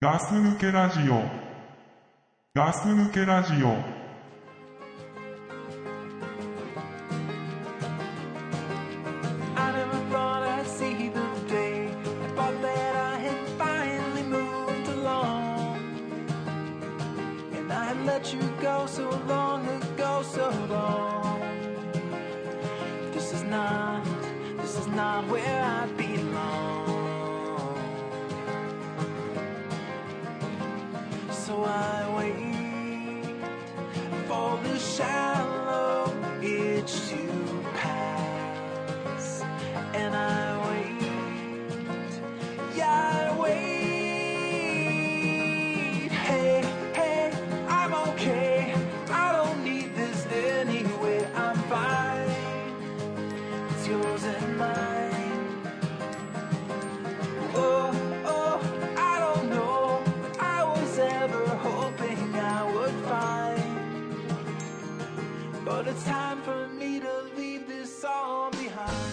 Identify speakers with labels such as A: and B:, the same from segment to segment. A: ガス抜けラジオ。ガス抜けラジオ。
B: I never thought I'd see the day. I thought that I had finally moved along. And I had let you go so long ago, so long. This is not, this is not where I belong. So I wait for the shallow itch to pass and I wait. Yeah, I wait. Hey, hey, I'm okay. I don't need this anyway. I'm fine. It's yours and mine. Oh, oh, I don't know. I was ever hoping I would find. But it's time for me to leave this all behind.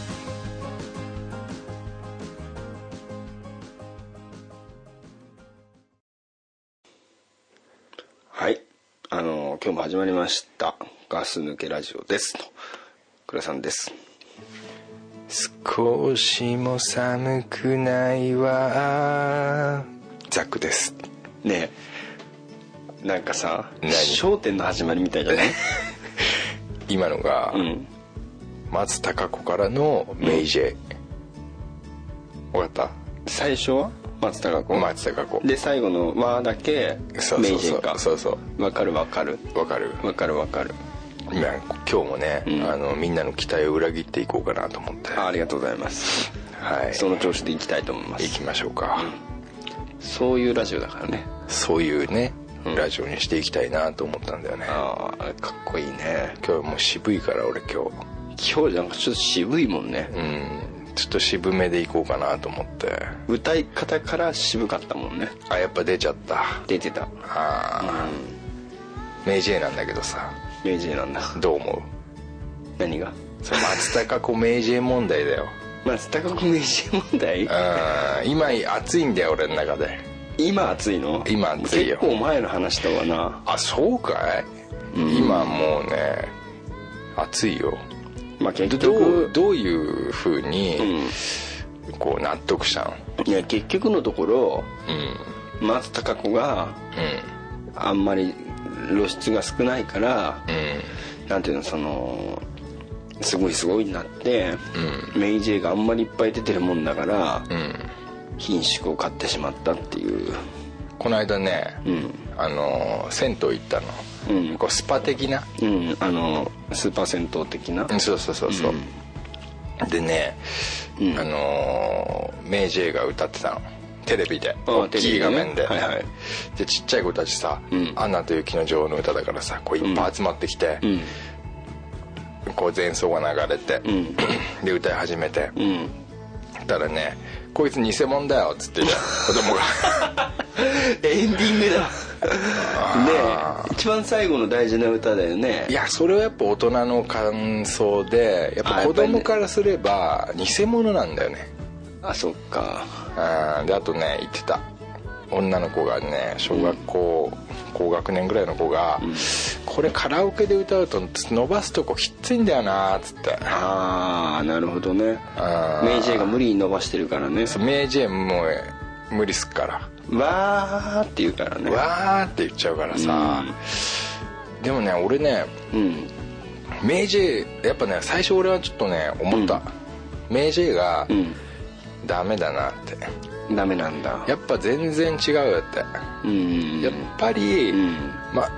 C: はい。あのー今日も始まりました。ガス抜けラジオです。と倉さんです。
D: 少しも寒くないわ
C: ザックです。ねえ。なんかさ、
D: 何
C: 焦点の始まりみたいじゃ ない
D: 今のが、
C: うん。
D: 松たか子からのメイジェ、わかっ
C: 最初は松たか
D: た
C: 子。
D: 松たか子
C: で、最後の和だけ、
D: そう
C: 名
D: そう
C: 人か。
D: そうそう
C: わかるわかる。
D: わかる
C: わかるわかる。
D: いや今日もね、
C: ん
D: あのみんなの期待を裏切っていこうかなと思って
C: あありがとうございます。
D: はい
C: その調子でいきたいと思いま
D: 行き
C: す。
D: ましょうか、
C: そういうラジオだからね。
D: そういうね、
C: うん
D: ラジオにしていきたいなと思ったんだよね
C: ああ、かっこいいね。
D: 今日もう渋いから俺今日
C: 今日なんかちょっと渋いもんね。
D: うんちょっと渋めでいこうかなと思って
C: 歌い方から渋かったもんね
D: あやっぱ出ちゃった
C: 出てた
D: ああ、メイジェイなんだけどさ
C: 名人なんだ
D: どう思
C: 何が
D: うそれ松たか子メイジェイ問題だよ
C: 松たか子名人問題
D: うん今暑いんだよ俺の中で
C: 今暑いの
D: 今暑いよ
C: 結構前の話だわな、
D: あそうかい、今もうね暑いよ
C: まあ、結
D: どう
C: 局
D: どういうふうに
C: う
D: こう納得したの
C: ん、いや結局のところ
D: うん
C: 松たか子があんまり露出が少ないから
D: うんうん
C: なんていうのそのすごいすごいになって、メイジェイがあんまりいっぱい出てるもんだから、
D: うん
C: 品種を買ってしまったっていう
D: この間ね、
C: うん
D: あの銭湯行ったの、
C: うん
D: こうスパ的な
C: うんあのスーパー銭湯的な
D: そうそうそうそう、でね、
C: うん
D: あのーメイ・ジェイが歌ってたのテレビで
C: あ
D: 大
C: テレ
D: き
C: ビで
D: い画
C: ね
D: 面で,、
C: はいはい
D: でちっちゃい子たちさ「
C: うん
D: アナと雪の女王」の歌だからさこういっぱい集まってきて、
C: うん
D: こう前奏が流れて、
C: ん
D: で歌い始めて
C: うん
D: たらね「こいつ偽物だよ」っ つってじゃん子供が
C: エンディングだねえ一番最後の大事な歌だよね
D: いやそれはやっぱ大人の感想でやっぱ子
C: あやっぱりね
D: 供からすれば偽物なんだよね
C: あそっか
D: うんであとね言ってた女の子がね小学校、高学年ぐらいの子が、これカラオケで歌うと伸ばすとこきついんだよな」っつって
C: ああなるほどね
D: あー
C: メイジェイが無理に伸ばしてるからね
D: 「名人もう無理すっから」
C: わーって言うからね
D: わーって言っちゃうからさ、でもね俺ね
C: うん
D: 名人やっぱね最初俺はちょっとね思った、名人が、
C: う
D: ダメだなって
C: んダメなんだ
D: やっぱ全然違うよって
C: うん
D: やっぱり、
C: うん
D: ま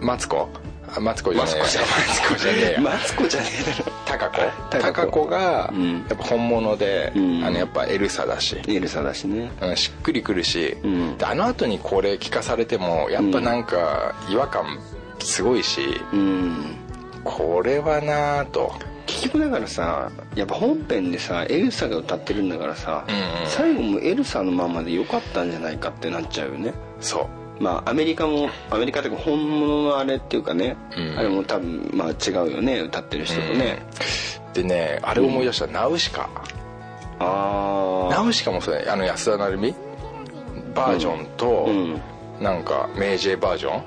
D: マツコあマツコじゃねえよ
C: マツコじゃない
D: マツコじゃねえ
C: マ
D: よ
C: ツコじゃねえだろ
D: タカ
C: タ
D: コ
C: カ
D: タ
C: コ
D: カコが
C: うん
D: やっぱ本物で、
C: うん
D: あのやっぱエルサだし、
C: エルサだしね
D: うんしっくりくるし、
C: うん
D: であの後にこれ聞かされてもやっぱなんか違和感すごいし、
C: うん
D: これはなぁと
C: 結局だからさやっぱ本編でさエルサが歌ってるんだからさ、
D: うんうん
C: 最後もエルサのままでよかったんじゃないかってなっちゃうよね
D: そう
C: まあアメリカもアメリカっていうか本物のあれっていうかね、
D: うん
C: あれも多分まあ違うよね歌ってる人とね、
D: でねあれ思い出した、ナウシカ
C: ああ
D: ナウシカもそうだねあの安田成美バージョンと、
C: うん
D: なんかメイジェイバージョン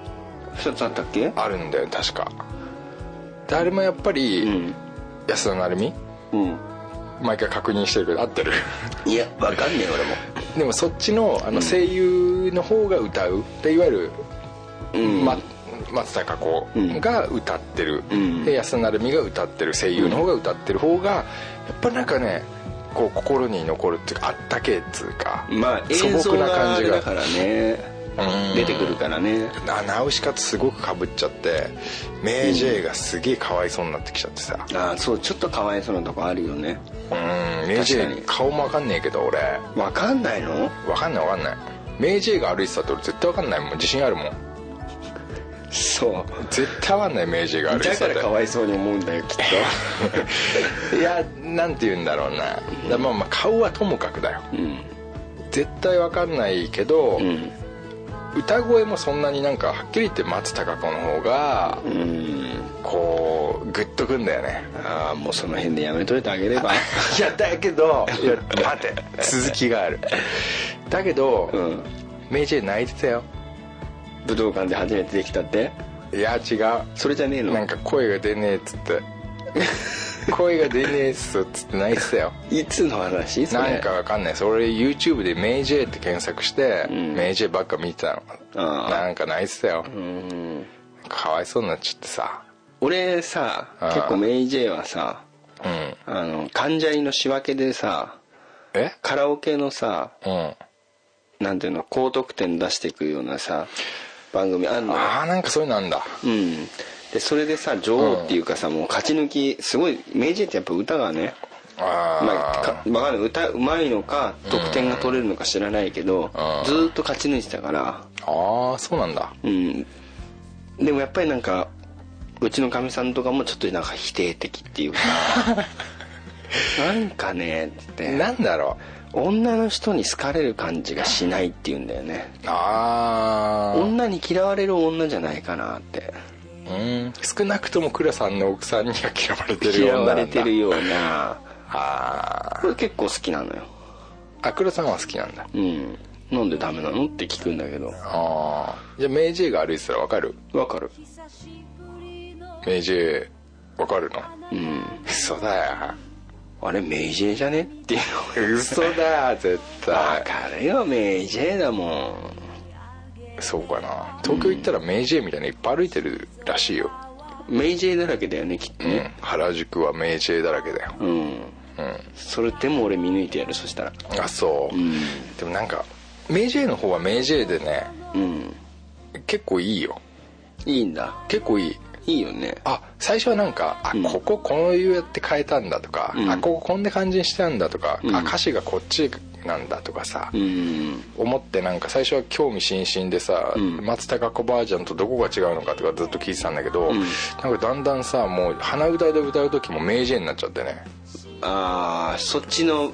C: 2つあったっけ
D: あるんだよ確かであれもやっぱり、
C: うん
D: 安田成美
C: うん
D: 毎回確認してるけど合ってる
C: いやわかんねえ俺も
D: でもそっちのあの声優の方が歌うでいわゆる
C: うん
D: ま、松たか子が歌ってる、
C: うん
D: で安田成美が歌ってる声優の方が歌ってる方がやっぱなんかねこう心に残るっていうかあったけえっつうか、
C: まあ
D: 素
C: 映像
D: 朴な
C: があ
D: 感じ
C: れだ
D: が
C: からね
D: うん
C: 出てくるからね
D: あナウシカとすごくかぶっちゃってメイ・ジェイがすげえかわいそうになってきちゃってさ
C: ああそうちょっとかわいそうなとこあるよね
D: うんメイ・ジ
C: 確か
D: ェ
C: に
D: イ顔もわかんねえけど俺
C: わかんないの
D: わかんないわかんないメイ・ジェイが歩いてたって俺絶対わかんないもん自信あるもん
C: そう
D: 絶対わかんないメイ・ジェイが歩いてた
C: だ
D: っ
C: か
D: て
C: らかわいそうに思うんだよきっ
D: いやなんて言うんだろうな、だまあまあ顔はともかくだよ
C: とうん
D: 絶対わかんないけど、
C: うん
D: 歌声もそんなになんかはっきり言って松たか子の方が
C: うん
D: こうグッとくんだよね
C: ああもうその辺でやめといてあげ れば
D: いやだけどいや待 て続きがあるだけど、
C: うん
D: メイジェイ泣いてたよ
C: 武道館で初めてできたって
D: いや違う
C: それじゃねえの
D: なんか声が出ねえっつって 声が出ねえっすっつって泣いてたよ
C: いつの話それ
D: なんかわかんないそれ YouTube で「メイジェイ」って検索して「
C: ん
D: メイジェイ」ばっか見てた
C: あ
D: の
C: ー
D: なんか泣いてたよ
C: うん
D: かわいそうになっちゃってさ
C: 俺さ
D: あー
C: 結構メイジェイはさ
D: うん
C: あの関ジャニの仕分けでさ
D: え
C: カラオケのさ
D: うん
C: なんていうの高得点出していくようなさ番組あんのよ
D: ああなんかそういうのあんだ
C: うんでそれでさ女王っていうかさ、もう勝ち抜きすごい名人ってやっぱ歌がねまあ、か
D: あ
C: わかんない歌うまいのか得点が取れるのか知らないけど、
D: うん
C: ずーっと勝ち抜いてたから
D: あああそうなんだ
C: うんでもやっぱりなんかうちのかみさんとかもちょっとなんか否定的って いうかなんかねって
D: なんだろ
C: 女の人に好かれる感じがしないっていうんだよね
D: うああ
C: 女に嫌われる女じゃないかなって
D: うん少なくとも倉さんの奥さんには嫌われてる
C: 嫌
D: 女
C: わ
D: な
C: れ
D: んだ
C: てるような
D: あ
C: これ結構好きなのよ
D: ーあ倉さんは好きなんだ
C: うんなんでダメなのって聞くんだけど
D: ああじゃあメイジェイが歩いてたらわかる
C: わかる
D: メイジェイわかるの
C: うん
D: 嘘だよ
C: あれメイジェイじゃねっていう
D: 嘘だよ絶
C: わ
D: 対
C: かるよメイジェイだもん
D: そうかな東京行ったら明治園みたいなのいっぱい歩いてるらしいよ、
C: メイジェイだらけだよねきっと
D: うん
C: ね、
D: 原宿は明治園だらけだよ
C: うん、それでも俺見抜いてやるそしたら
D: あそう、でもなんか明治園の方は明治園でね
C: うん
D: 結構いいよ
C: いいんだ
D: 結構いい
C: いいよね
D: あ最初はなんかあ、
C: ん
D: こここういうやって変えたんだとか、
C: ん
D: あこここんな感じにしてたんだとか、
C: うん
D: あ歌詞がこっちなんだとかさ、
C: うん
D: 思ってなんか最初は興味津々でさ、
C: ん
D: 松たか子バージョンとどこが違うのかとかずっと聞いてたんだけど、
C: ん
D: なんかだんだんさもう鼻歌で歌う時も名人になっちゃってね
C: ああそっちの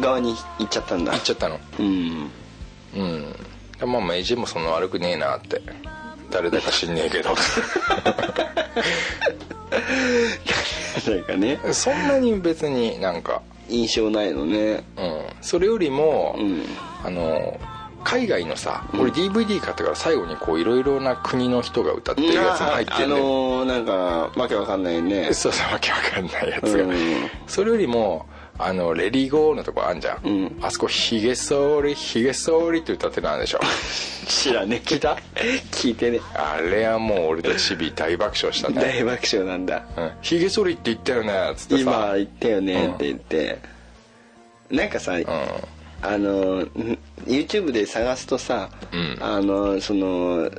C: 側に行っちゃったんだ
D: 行っちゃったの
C: うん
D: うんでまあ名人もそんな悪くねえなって誰だか知んね えけど
C: なんかね
D: そんなに別になんか、
C: 印象ないのね
D: うん、それよりも、
C: うん
D: あの海外のさ俺 DVD 買ったから最後にこういろいろな国の人が歌ってるやつが入って
C: あ
D: るんだよ
C: のーなんかわけわかんない ね
D: そうそうわけわかんないやつが、
C: うん
D: それよりもあのレディーゴーのとこあんじゃん、
C: うん
D: あそこ「ひげそりひげそり」って歌ってたんでし ょ
C: 知らね聞いた 聞いてね
D: あれはもう俺たち日々大爆笑したね
C: 大爆笑なんだ
D: うんひげそりって言ったよねっつって
C: 今
D: さ
C: 言ったよねって言って、なんかさ、
D: う
C: あのん YouTube で探すとさ、
D: うん
C: あのその
D: ん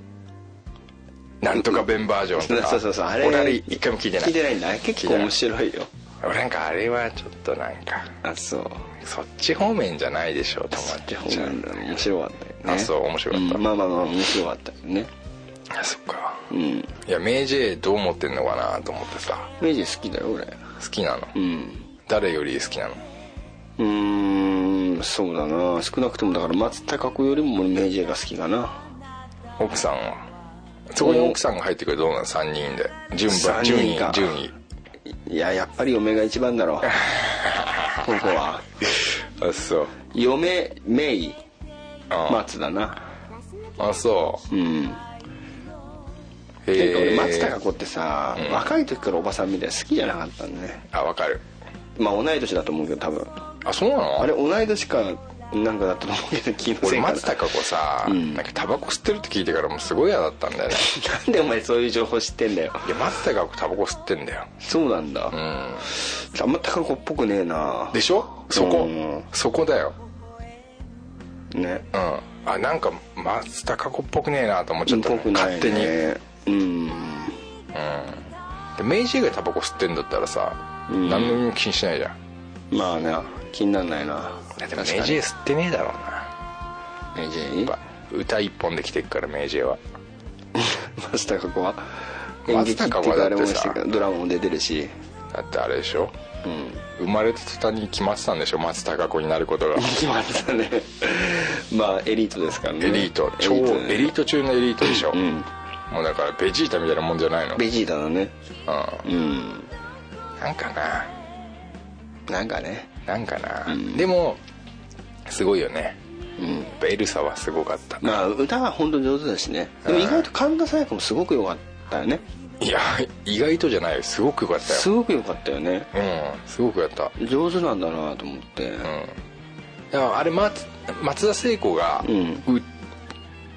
D: なんとか弁バージョン
C: そ
D: とか
C: うそうそうあれ
D: 俺あれ一回も聞いてない
C: 聞いてないんだ結構面白いよ
D: 俺なんかあれはちょっとなんか
C: あそう
D: そっち方面じゃないでしょと思っちゃう
C: 面白かったよね
D: あそう面白かった
C: んまあまあまあ面白かったよね
D: あそっか
C: うん
D: いや明治どう思ってんのかなと思ってさ
C: 明治好きだよ俺
D: 好きなの
C: うん
D: 誰より好きなの
C: うーんそうだな少なくともだから松たか子よりも俺明治が好きかな
D: 奥さんはそこに奥さんが入ってくるとどうなの3人で順番
C: 三
D: 順
C: 人
D: 位
C: か
D: 順位
C: いややっぱり嫁が一番だろ ここは
D: あそう
C: 嫁メイ
D: ああ
C: 松だな
D: あそ
C: うん
D: う
C: ていうか
D: へ
C: 俺
D: え
C: 松たか子ってさ、若い時からおばさんみたいな好きじゃなかったんだね
D: あわかる
C: まあ同い年だと思うけど多分
D: あそうなの
C: あれ同い年かなんかだったと思うけど気のせ
D: 俺
C: いかな
D: 松たか子さ、
C: うん
D: なんかタバコ吸ってるって聞いてからもうすごい嫌だったんだよね
C: なんでお前そういう情報知ってんだよ
D: いや松たか子タバコ吸ってんだよ
C: そうなんだ、
D: うん
C: あんま高子っぽくねえな
D: でしょそこ
C: うん
D: そこだよ
C: ね
D: うんあなんか松たか子っぽくねえなと思っちゃったの、
C: っぽくない
D: 勝手にで
C: ねうん
D: 明治以外タバコ吸ってんだったらさ、何の意味も気にしないじゃん
C: まあね気になんないな
D: だっ
C: 確
D: て明
C: かに
D: 治吸ってねえだろうな
C: 明治
D: やっぱ歌一本で来てっから明治は
C: 松たか子は演
D: 松
C: 劇ったて
D: か
C: い
D: 子
C: う
D: は
C: か
D: だ
C: あ
D: っ
C: れ
D: て
C: もし
D: さ
C: てるけどドラマも出てるし
D: だってあれでしょ
C: うん
D: 生まれた途端に決まってたんでしょ松たか子になることが
C: 決まったねまあエリートですからね
D: エリート超エリート,、
C: ね
D: 中のエリートでしょ、
C: ん
D: もうだからベジータみたいなもんじゃないの、うん、
C: ベジータだねうん
D: なんかな
C: なんかね
D: なんかな、でもすごいよね、やっぱエルサはすごかった、
C: まあ歌は本当上手だしねでも意外と神田沙也加もすごく良かったよね
D: いや意外とじゃないよすごくよかったよ
C: すごく良かったよね
D: うんすごくよかった
C: 上手なんだなと思って、
D: だからあれ松松田聖子が、う
C: うん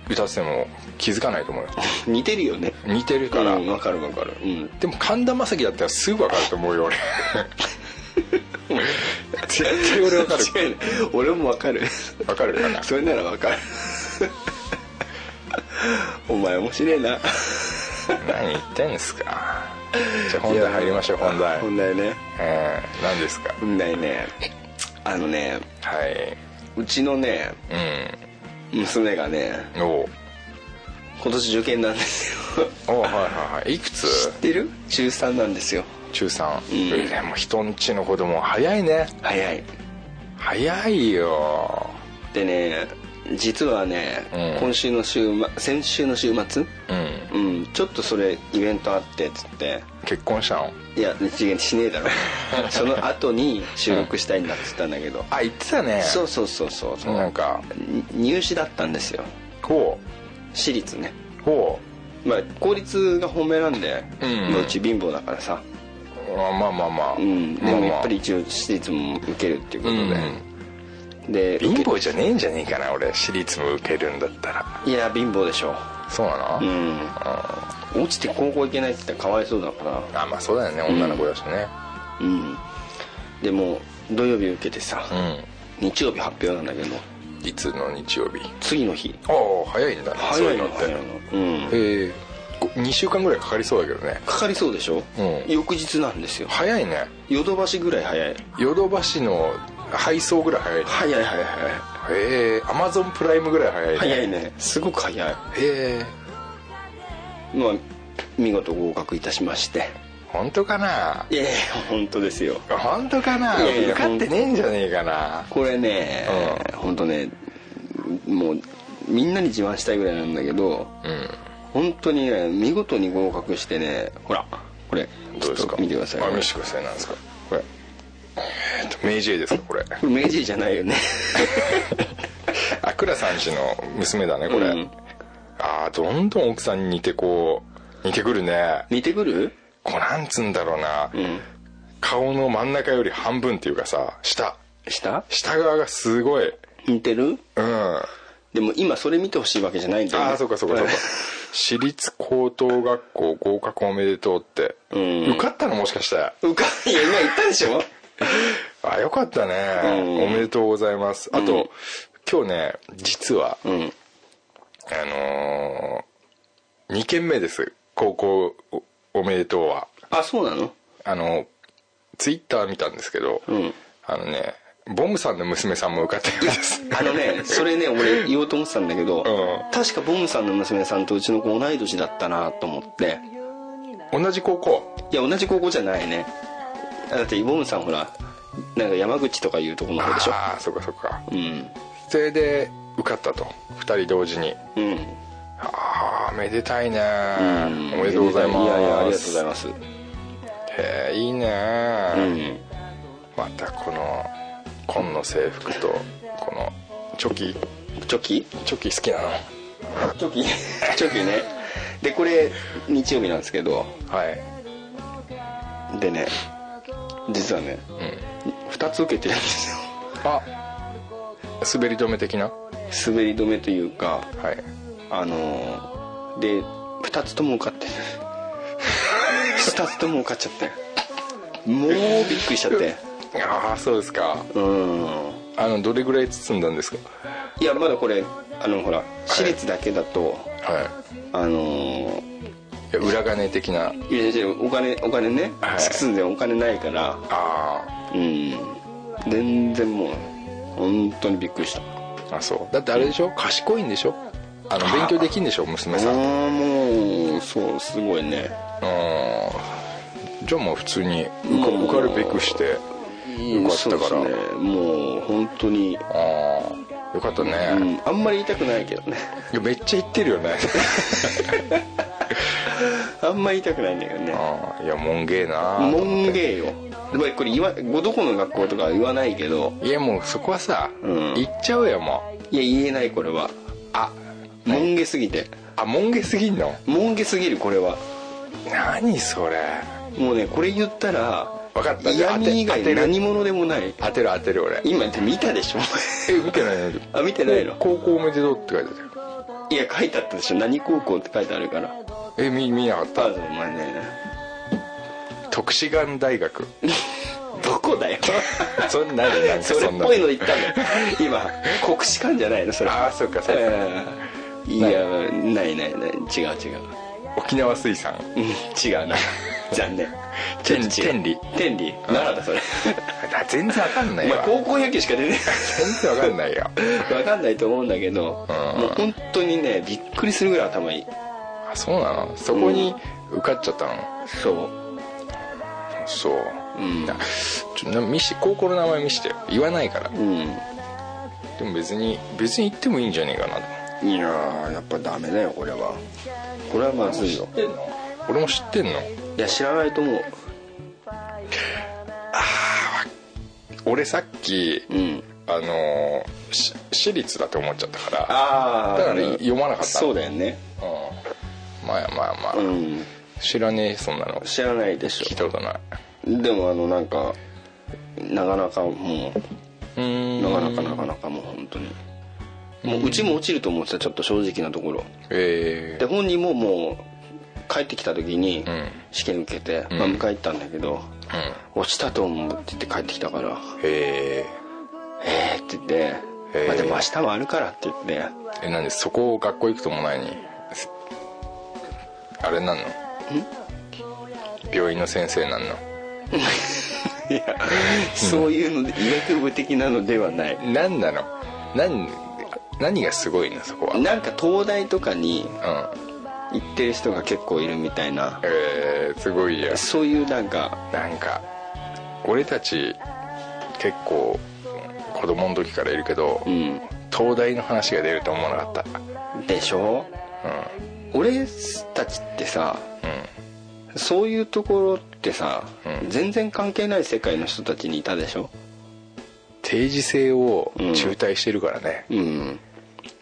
D: 歌ってても気づかないと思うよ
C: 似てるよね
D: 似てる
C: う
D: から、
C: んわかるわかるうん
D: でも神田正輝だったらすぐ分かると思うよ俺絶対俺分かる
C: 違うね 俺もわかる
D: 分かるかな
C: それならわかる お前面白いな
D: 何言ってんですかじゃあ本題入りましょう本題うん
C: 本題ね
D: 何ですか
C: 本題ねあのね
D: はいう
C: ちのね
D: う
C: 娘がね
D: んおう
C: 今年受験なんですよ
D: おうはいはいはいいくつ
C: 知ってる中3なんですよ
D: 中3、
C: うん
D: えーもう人んちの子供早いね
C: 早い
D: 早いよ
C: でね実はね、
D: うん
C: 今週の週末先週の週末
D: うん
C: うんちょっとそれイベントあってっつって
D: 結婚したの
C: いや実現しねえ だろその後に収録したいんだっつったんだけど、
D: あ言ってたね
C: そうそうそうそうそう
D: なんか
C: に入試だったんですよ
D: こ
C: 私立ね
D: うこ
C: まあ公立が本命なんで、
D: うん
C: まあうち貧乏だからさ、
D: うあまあまあまあ、
C: うん、で
D: まあ
C: も
D: まあ
C: やっぱり一応私立も受けるっていうこ
D: う
C: とで、
D: ん
C: で
D: 貧
C: 受
D: 乏じゃねえんじゃねえかな俺私立も受けるんだったら
C: けいや貧乏でしょ
D: そうなの、
C: う、うん、落ちて高校行けないって言ったらかわいそうだから
D: あまあそうだよね女の子だしね
C: うんでも土曜日受けてさ、
D: うん、
C: 日曜日発表なんだけど
D: いつの日曜日
C: 次の日
D: ああ早いんだねそう
C: 早
D: い
C: いう
D: の
C: の
D: って
C: 早い
D: へ
C: の、うん、
D: え2週間ぐらいかかりそうだけどね
C: かかりそうでしょ、
D: うん
C: 翌日なんですよ
D: 早いね
C: ヨドバシぐらい早い
D: ヨドバシの配送ぐらい早いね
C: 早い早い早い
D: へえアマゾンプライムぐらい早いね
C: 早いねすごく早いま
D: へえ
C: あ見事合格いたしまして
D: 本当かない
C: やいや本当ですよ
D: 本当かない
C: やいや
D: 受かってねえんじゃねえかな
C: これね、
D: う
C: 本当ねもうみんなに自慢したいぐらいなんだけど
D: うん
C: 本当にね見事に合格してねほらこれ
D: どうです
C: ちょ
D: か
C: っと見てください
D: あ
C: これ
D: 見せてくださいなんですかこれえっと明治絵ですかこれ
C: これ明治じゃないよね
D: あくらさんちの娘だねこれ、
C: うん
D: ああどんどん奥さんに似てこう似てくるね
C: 似てくる
D: こうなんつうんだろうな、
C: ん
D: 顔の真ん中より半分っていうかさ下
C: 下
D: 下側がすごい
C: 似てる
D: うんあ
C: でも今それ見てほしいわけじゃないんだよ、ね、
D: あそうかそう かそうか私立高等学校合格おめでとうって、
C: うん
D: 受かったのもしかして
C: うかいや今言ったでしょ
D: あよかったね、
C: うん
D: おめでとうございますあと、今日ね実は、
C: うん
D: あのー、2件目です高校おおめでとうは
C: あそうなの
D: あのツイッター見たんですけど、
C: うん
D: あのねボムさんの娘さんも受かったようです
C: あのねそれね俺言おうと思ってたんだけど、
D: ん
C: 確かボムさんの娘さんとうちの子同い年だったなと思って
D: 同じ高校
C: いや同じ高校じゃないねだってボムさんほらなんか山口とかいうとこの方でしょ
D: ああそうかそうか
C: うん
D: それで受かったと2人同時に
C: うん
D: ああめでたいね、
C: ん
D: おめでとうござい
C: い
D: ます
C: やいやありがとうございます
D: へえいいね、
C: うん
D: またこの紺の制服とこのチョキ
C: チョキ
D: チョキ好きなの
C: チョキ チョキねでこれ日曜日なんですけど
D: はい
C: でね実はね、二2つ受けてるんですよ
D: あ滑り止め的な
C: 滑り止めというか
D: はい
C: あのーで2つとも受か ってる2つとも受かっちゃってもうびっくりしちゃって
D: ああそうですか
C: うん
D: あのどれぐらい包んだんですか
C: いやまだこれあのほら私立だけだと、
D: は
C: あのー
D: いいや裏金的ない
C: やいやいやお金お金ね
D: はい
C: 包んでお金ないから
D: あ
C: うん全然もう本当にびっくりした
D: ーあそうだってあれでしょ賢いんでしょあの勉強できんでしょ娘さん うん
C: ああもうそうすごいね
D: じゃあもう普通に受か受かるべくして受かったか
C: そう
D: ら、
C: ですねもう本当に、
D: ああよかったね、
C: う
D: い
C: ん、あんまり言いたくないけどね
D: やめっちゃ言ってるよね
C: あんまり言いたくないんだけどね
D: ああいやもんげえなーと思って
C: 門芸よでもこれ言わどこの学校とかは言わないけど
D: いやもうそこはさ、
C: うん
D: 言っちゃおうよもう
C: いや言えないこれは
D: あ
C: 門芸すぎて
D: あもんげすぎんの
C: 門芸すぎるこれは
D: 何それ
C: もうねこれ言ったら
D: 分かった
C: 闇以
D: 当て
C: 外
D: る
C: 何者でもない
D: 当てる当てる俺
C: 今って見たでしょ
D: え見てないの
C: あ見てないの
D: 高校おめでとうって書いてたよ
C: いや書いてあったでしょ何高校って書いてあるから
D: え見見なかっ
C: あ
D: た
C: お前ね
D: 徳志願大学
C: どこだよ
D: そんなになん か
C: それ
D: そ
C: っ
D: んな
C: ぽいの言ったの今国士官じゃないのそれ
D: ああそっかそっか、
C: えーいやないないない違う違う
D: 沖縄水産
C: うん違うな残念
D: 天
C: ちょっと違う
D: 天理
C: 天理奈良だそれ
D: あ全然わかん
C: お
D: ない
C: 前
D: わ
C: 高校野球しか出て
D: 全然わかんないよ
C: ない わかんないと思うんだけど
D: うん
C: もう本当にねびっくりするぐらい頭いい
D: あそうなのそこに受かっちゃったの、
C: そう
D: そう、
C: うん
D: なちょな見して高校の名前見してよ言わないから
C: うん
D: でも別に別に言ってもいいんじゃねえかない
C: やーやっぱダメだよこれはこれはまずいよ
D: てんの俺も知ってんの
C: いや知らないと思う
D: 俺さっき、
C: うん
D: あのーし私立だって思っちゃったから
C: ああ
D: だから読まなかった
C: そうだよね
D: うんまあまあまあ、
C: うん
D: 知らねえそんなの
C: 知らないでし
D: 聞いたことない
C: ょでもあのなんかなかなかもう
D: うーん
C: なかなかなかなかもう本当にもううちも落ちると思ってたちょっと正直なところ
D: え
C: で本人ももう帰ってきた時に
D: ん
C: 試験受けて、まあ、迎え行ったんだけど、
D: えうん
C: 落ちたと思うって言って帰ってきたから
D: え
C: 「ええー」って言って
D: へー
C: 「まあ、でも明日もあるから」って言って
D: ーえなんでそこを学校行くともないにすあれなんの病院の先生なんの
C: いやそういうので医学部的なのではない
D: 何なの何何がすごいのそこは
C: なんか東大とかに
D: うん
C: 行ってる人が結構いるみたいな
D: えー、すごいや
C: そういうなんか
D: なんか俺たち結構子供の時からいるけど、
C: うん
D: 東大の話が出ると思わなかった
C: でしょ俺たちってさそういうところってさ、
D: うん
C: 全然関係ない世界の人たちにいたでしょ
D: 定時制を中退してるからね
C: うん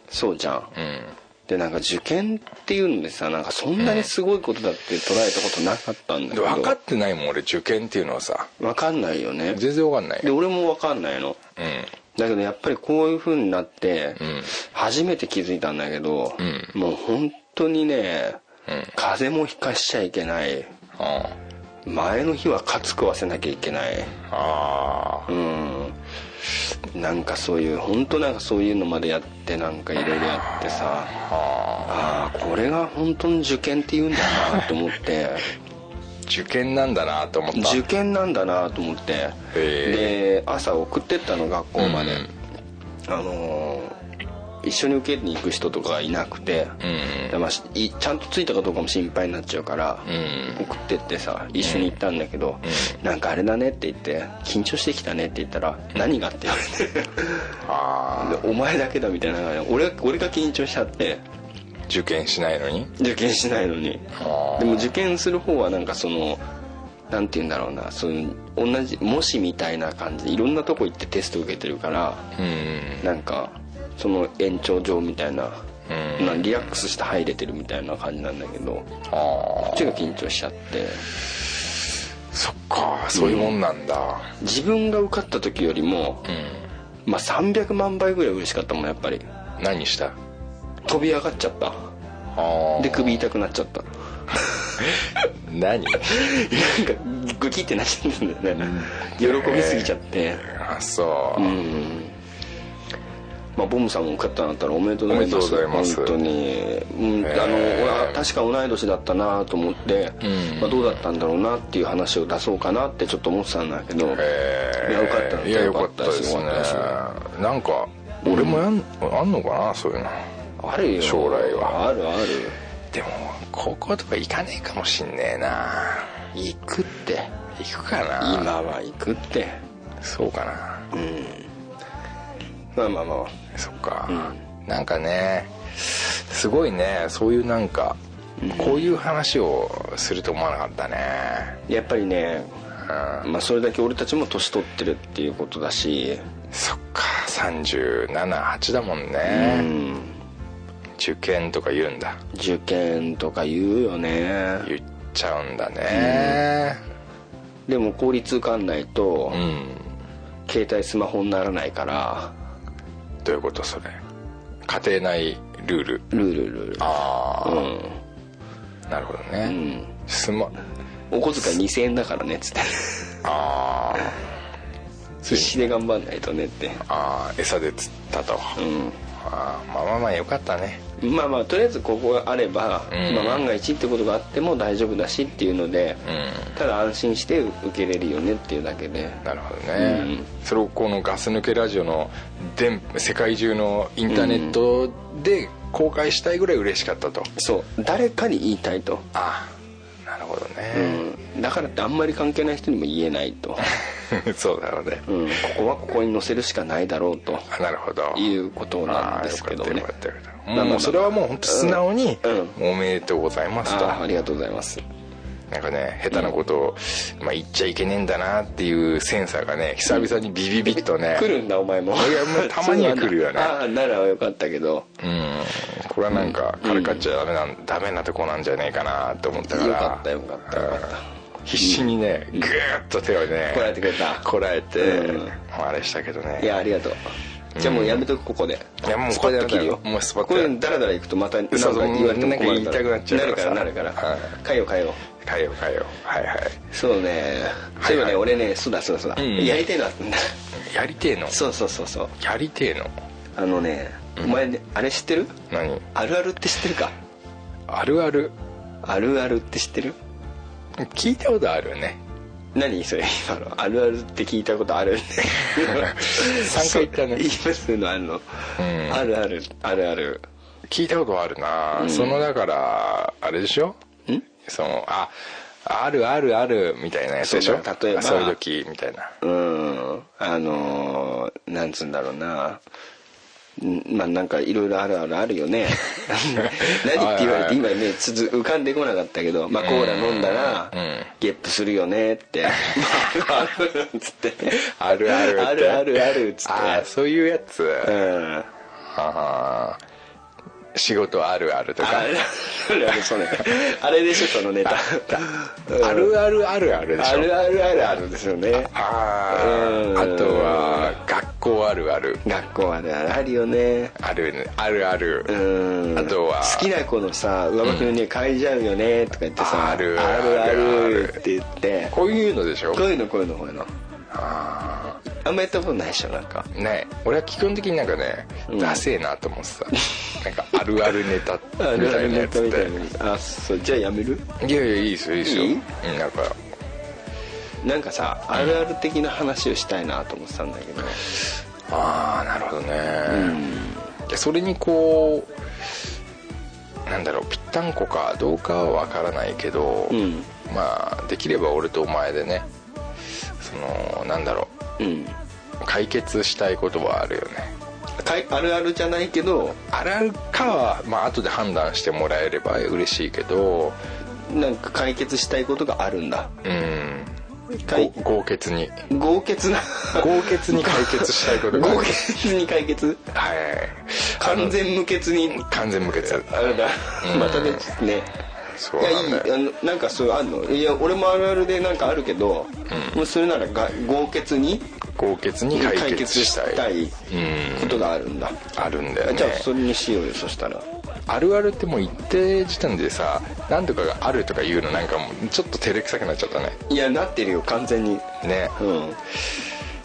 C: そうじゃん
D: うん、
C: でなんか受験っていうのでさなんかそんなにすごいことだって捉えたことなかったんだけ
D: で
C: ど
D: 分かってないもん俺受験っていうのはさ
C: わかんないよね
D: 全然分かんない
C: で
D: よ
C: 俺もわかんないの
D: うん
C: だけどやっぱりこういう風になって、
D: うん
C: 初めて気づいたんだけど、
D: う
C: もう本当にね、
D: うん
C: 風邪もひかしちゃいけない
D: あ
C: 前の日はカツ食わせなきゃいけない
D: あー
C: うんなんかそういう本当なんかそういうのまでやってなんかいろいろやってさああこれが本当に受験って言うんだなと思って
D: 受験なんだなと思った
C: 受験なんだなと思ってで
D: へ
C: 朝送ってったの学校まで、
D: うん
C: あのー一緒に受けに行く人とかいなくて、
D: うん
C: でまあしいちゃんと着いたかどうかも心配になっちゃうから、
D: うん
C: 送ってってさ一緒に行ったんだけど、なんかあれだねって言って緊張してきたねって言ったら「何が?」って言われ
D: あ
C: てで「お前だけだ」みたいな感じで俺が俺が緊張しちゃって
D: ー受験しないのに
C: 受験しないのに
D: あ
C: でも受験する方はなんかそのなんて言うんだろうなその同じ模試みたいな感じでいろんなとこ行ってテスト受けてるから
D: うん
C: なんかその延長上みたいな,、
D: うん
C: なリラックスして入れてるみたいな感じなんだけど
D: あ
C: こっちが緊張しちゃって
D: そっかそういうもんなんだ
C: 自分が受かった時よりも、
D: うん
C: まあ、300万倍ぐらい嬉しかったもんやっぱり
D: 何した
C: 飛び上がっちゃった
D: あ
C: で首痛くなっちゃった
D: 何
C: なんかグキってなっちゃったんだよね、喜びすぎちゃって
D: あそう、
C: うんまあ、ボムさんも受かったんだったらおめでとうございます
D: おめでとうございます
C: 本当に、うん
D: ー
C: あの俺は確か同い年だったなと思って、
D: うん
C: まあ、どうだったんだろうなっていう話を出そうかなってちょっと思ってたんだけど、
D: え
C: いやよかった
D: いやよ
C: よ
D: か
C: か
D: っ
C: ったた
D: で
C: ですす
D: ね
C: よ
D: なんか俺もやん、あんのかなそういうの
C: あるよ
D: 将来は
C: あるある
D: でも高校とか行かねえかもしんねえな
C: 行くって
D: 行くかな
C: 今は行くって
D: そうかな
C: まあまあまあ
D: そっか、なんかねすごいねそういうなんか、こういう話をすると思わなかったね
C: やっぱりね、
D: う
C: まあ、それだけ俺たちも年取ってるっていうことだし、
D: そっか378だもん
C: う
D: ね、
C: ん、
D: 受験とか言うんだ
C: 受験とか言うよね
D: 言っちゃうんだね
C: でも効率受かんないと、
D: うん
C: 携帯スマホにならないから
D: どういうことそれ家庭内ル
C: ル
D: ール
C: ールルール
D: ああ、
C: う
D: なるほど
C: ん、
D: ね、
C: うん、
D: すま
C: お小遣い2000円だからねっつって
D: あー
C: 必死で頑張んないとねって
D: あー餌で釣ったと、
C: う
D: あーまあまあまあよかったね
C: んまあまあとりあえずここがあれば、
D: うん
C: まあ、万が一ってことがあっても大丈夫だしっていうので、
D: う
C: ただ安心して受けれるよねっていうだけで
D: なるほどね、それをこのガス抜けラジオの電世界中のインターネットで公開したいぐらい嬉しかったと、
C: そう誰かに言いたいと、
D: ああなるほど
C: う
D: ね、
C: ん、だからってあんまり関係ない人にも言えない と、
D: そうだろうね、
C: うん、ここはここに載せるしかないだろうと
D: あなるほど
C: いうこと
D: あ
C: なん
D: あ
C: で
D: よ
C: す
D: か
C: け
D: っ
C: ど
D: たよ
C: ね
D: かったよかった
C: まあまあ
D: もうそれはもう本当素直に
C: うん
D: 「おめでとうございます」と
C: ああありがとうございます
D: なんかね下手なことを、まあ、言っちゃいけねえんだなっていうセンサーがね久々にビビビッとね
C: 来るんだお前も
D: いやもうたまには来るよね
C: ああならよかったけど
D: うんこれはなんかからかっちゃダメなん、ダメなとこなんじゃねえかなと思ったから
C: よかったよかったよかった
D: うん必死にねグーッと手をね
C: こらえてくれた
D: こらえて、
C: うん
D: もうあれしたけどね
C: いやありがとうじゃあもうやめとくここで
D: いやもう
C: ス
D: こ
C: パ
D: れ
C: ッ
D: や
C: と切
D: めた
C: る
D: よ
C: よ
D: もうスパッと
C: これダラダラいくとまたなんか
D: そうそう
C: 言われても困るから
D: なんか言いたくなっちゃうからさ
C: なるからなるか
D: はい
C: ら変えよう変えよう
D: 変えよう変えようはいはい
C: そうねそういえばね俺ねそうだそうだそうだ
D: うん
C: やりたいのあったんだ
D: やりてえの
C: そうそうそうそう
D: やりてえの
C: あのねお前ねあれ知ってる
D: 何
C: あるあるって知ってるか
D: あるある
C: あるあるって知ってる
D: 聞いたことあるよね
C: 何それ今のあるあるって聞いたことあ る
D: 三回言ったね
C: そう言いますのあの、
D: うん
C: あるあるあるある
D: 聞いたことあるな、そのだからあれでしょそのああるあるあるみたいなやつでしょ
C: そうだ例えば
D: そういう時みたいな
C: うんあのーなんつうんだろうなんまあなんかいろいろあるあるあるよ ね何って言われて今ねつづ浮かんでこなかったけど、まあ、コーラ飲んだら、
D: うん
C: ゲップするよねって つって
D: あるあるって
C: あるあるあるっつっ
D: ああそういうやつ、
C: てうん
D: ああ仕事あるあるとか
C: あれあれそうねあれでしょそのネタうん
D: あるあるあるあるでし
C: あ
D: ょ
C: るあるあるあるですよね
D: あ
C: うん
D: ああとは学校あるある
C: 学校あるあるあるよね
D: あるねあるある、
C: うん
D: あとは
C: 好きな子のさ上履きの匂い嗅いじゃうよねとか言ってさ
D: ある
C: あるあ
D: ある
C: るって言って
D: こういうのでしょ
C: こういうのこういうのこういうのあんまやったことないでしょなんか
D: ね俺は基本的になんかね、
C: うん
D: ダセえなと思ってさなんかあるあるネタ み
C: あるあ
D: た
C: る
D: い
C: ネ
D: なや
C: タ
D: つっ
C: みた
D: て
C: いなあそうじゃあやめる
D: いやいやいいですよいいですよ
C: いい
D: うんなんか
C: なんかさあるある的な話をしたいなと思ってたんだけど
D: ああなるほどね、でそれにこうなんだろうぴったんこかどうかはわからないけど、
C: うん
D: まあできれば俺とお前でねそのなんだろ
C: うん
D: う解決したいことはあるよね
C: かいあるあるじゃないけど
D: あるあるかは、まあ後で判断してもらえれば嬉しいけど
C: なんか解決したいことがあるんだ
D: うん
C: 解
D: ご豪傑に
C: 豪傑な
D: 豪傑に解決したいことが
C: 豪傑に解決
D: はい
C: 完全無欠に
D: 完全無欠
C: あれだまたねね
D: そう
C: いや
D: なんだよ
C: いいあのなんかそういうのあんのいや俺もあるあるでなんかあるけど、もうそれならが豪傑に
D: 豪傑に解
C: 解
D: 決
C: 決
D: し
C: した
D: い
C: たいことがあるんだ、
D: あるんだよね
C: じゃあそれにしようよそしたら
D: あるあるってもう一定時点でさ何とかがあるとか言うのなんかもうちょっと照れくさくなっちゃったね
C: いやなってるよ完全に
D: ね
C: うんうん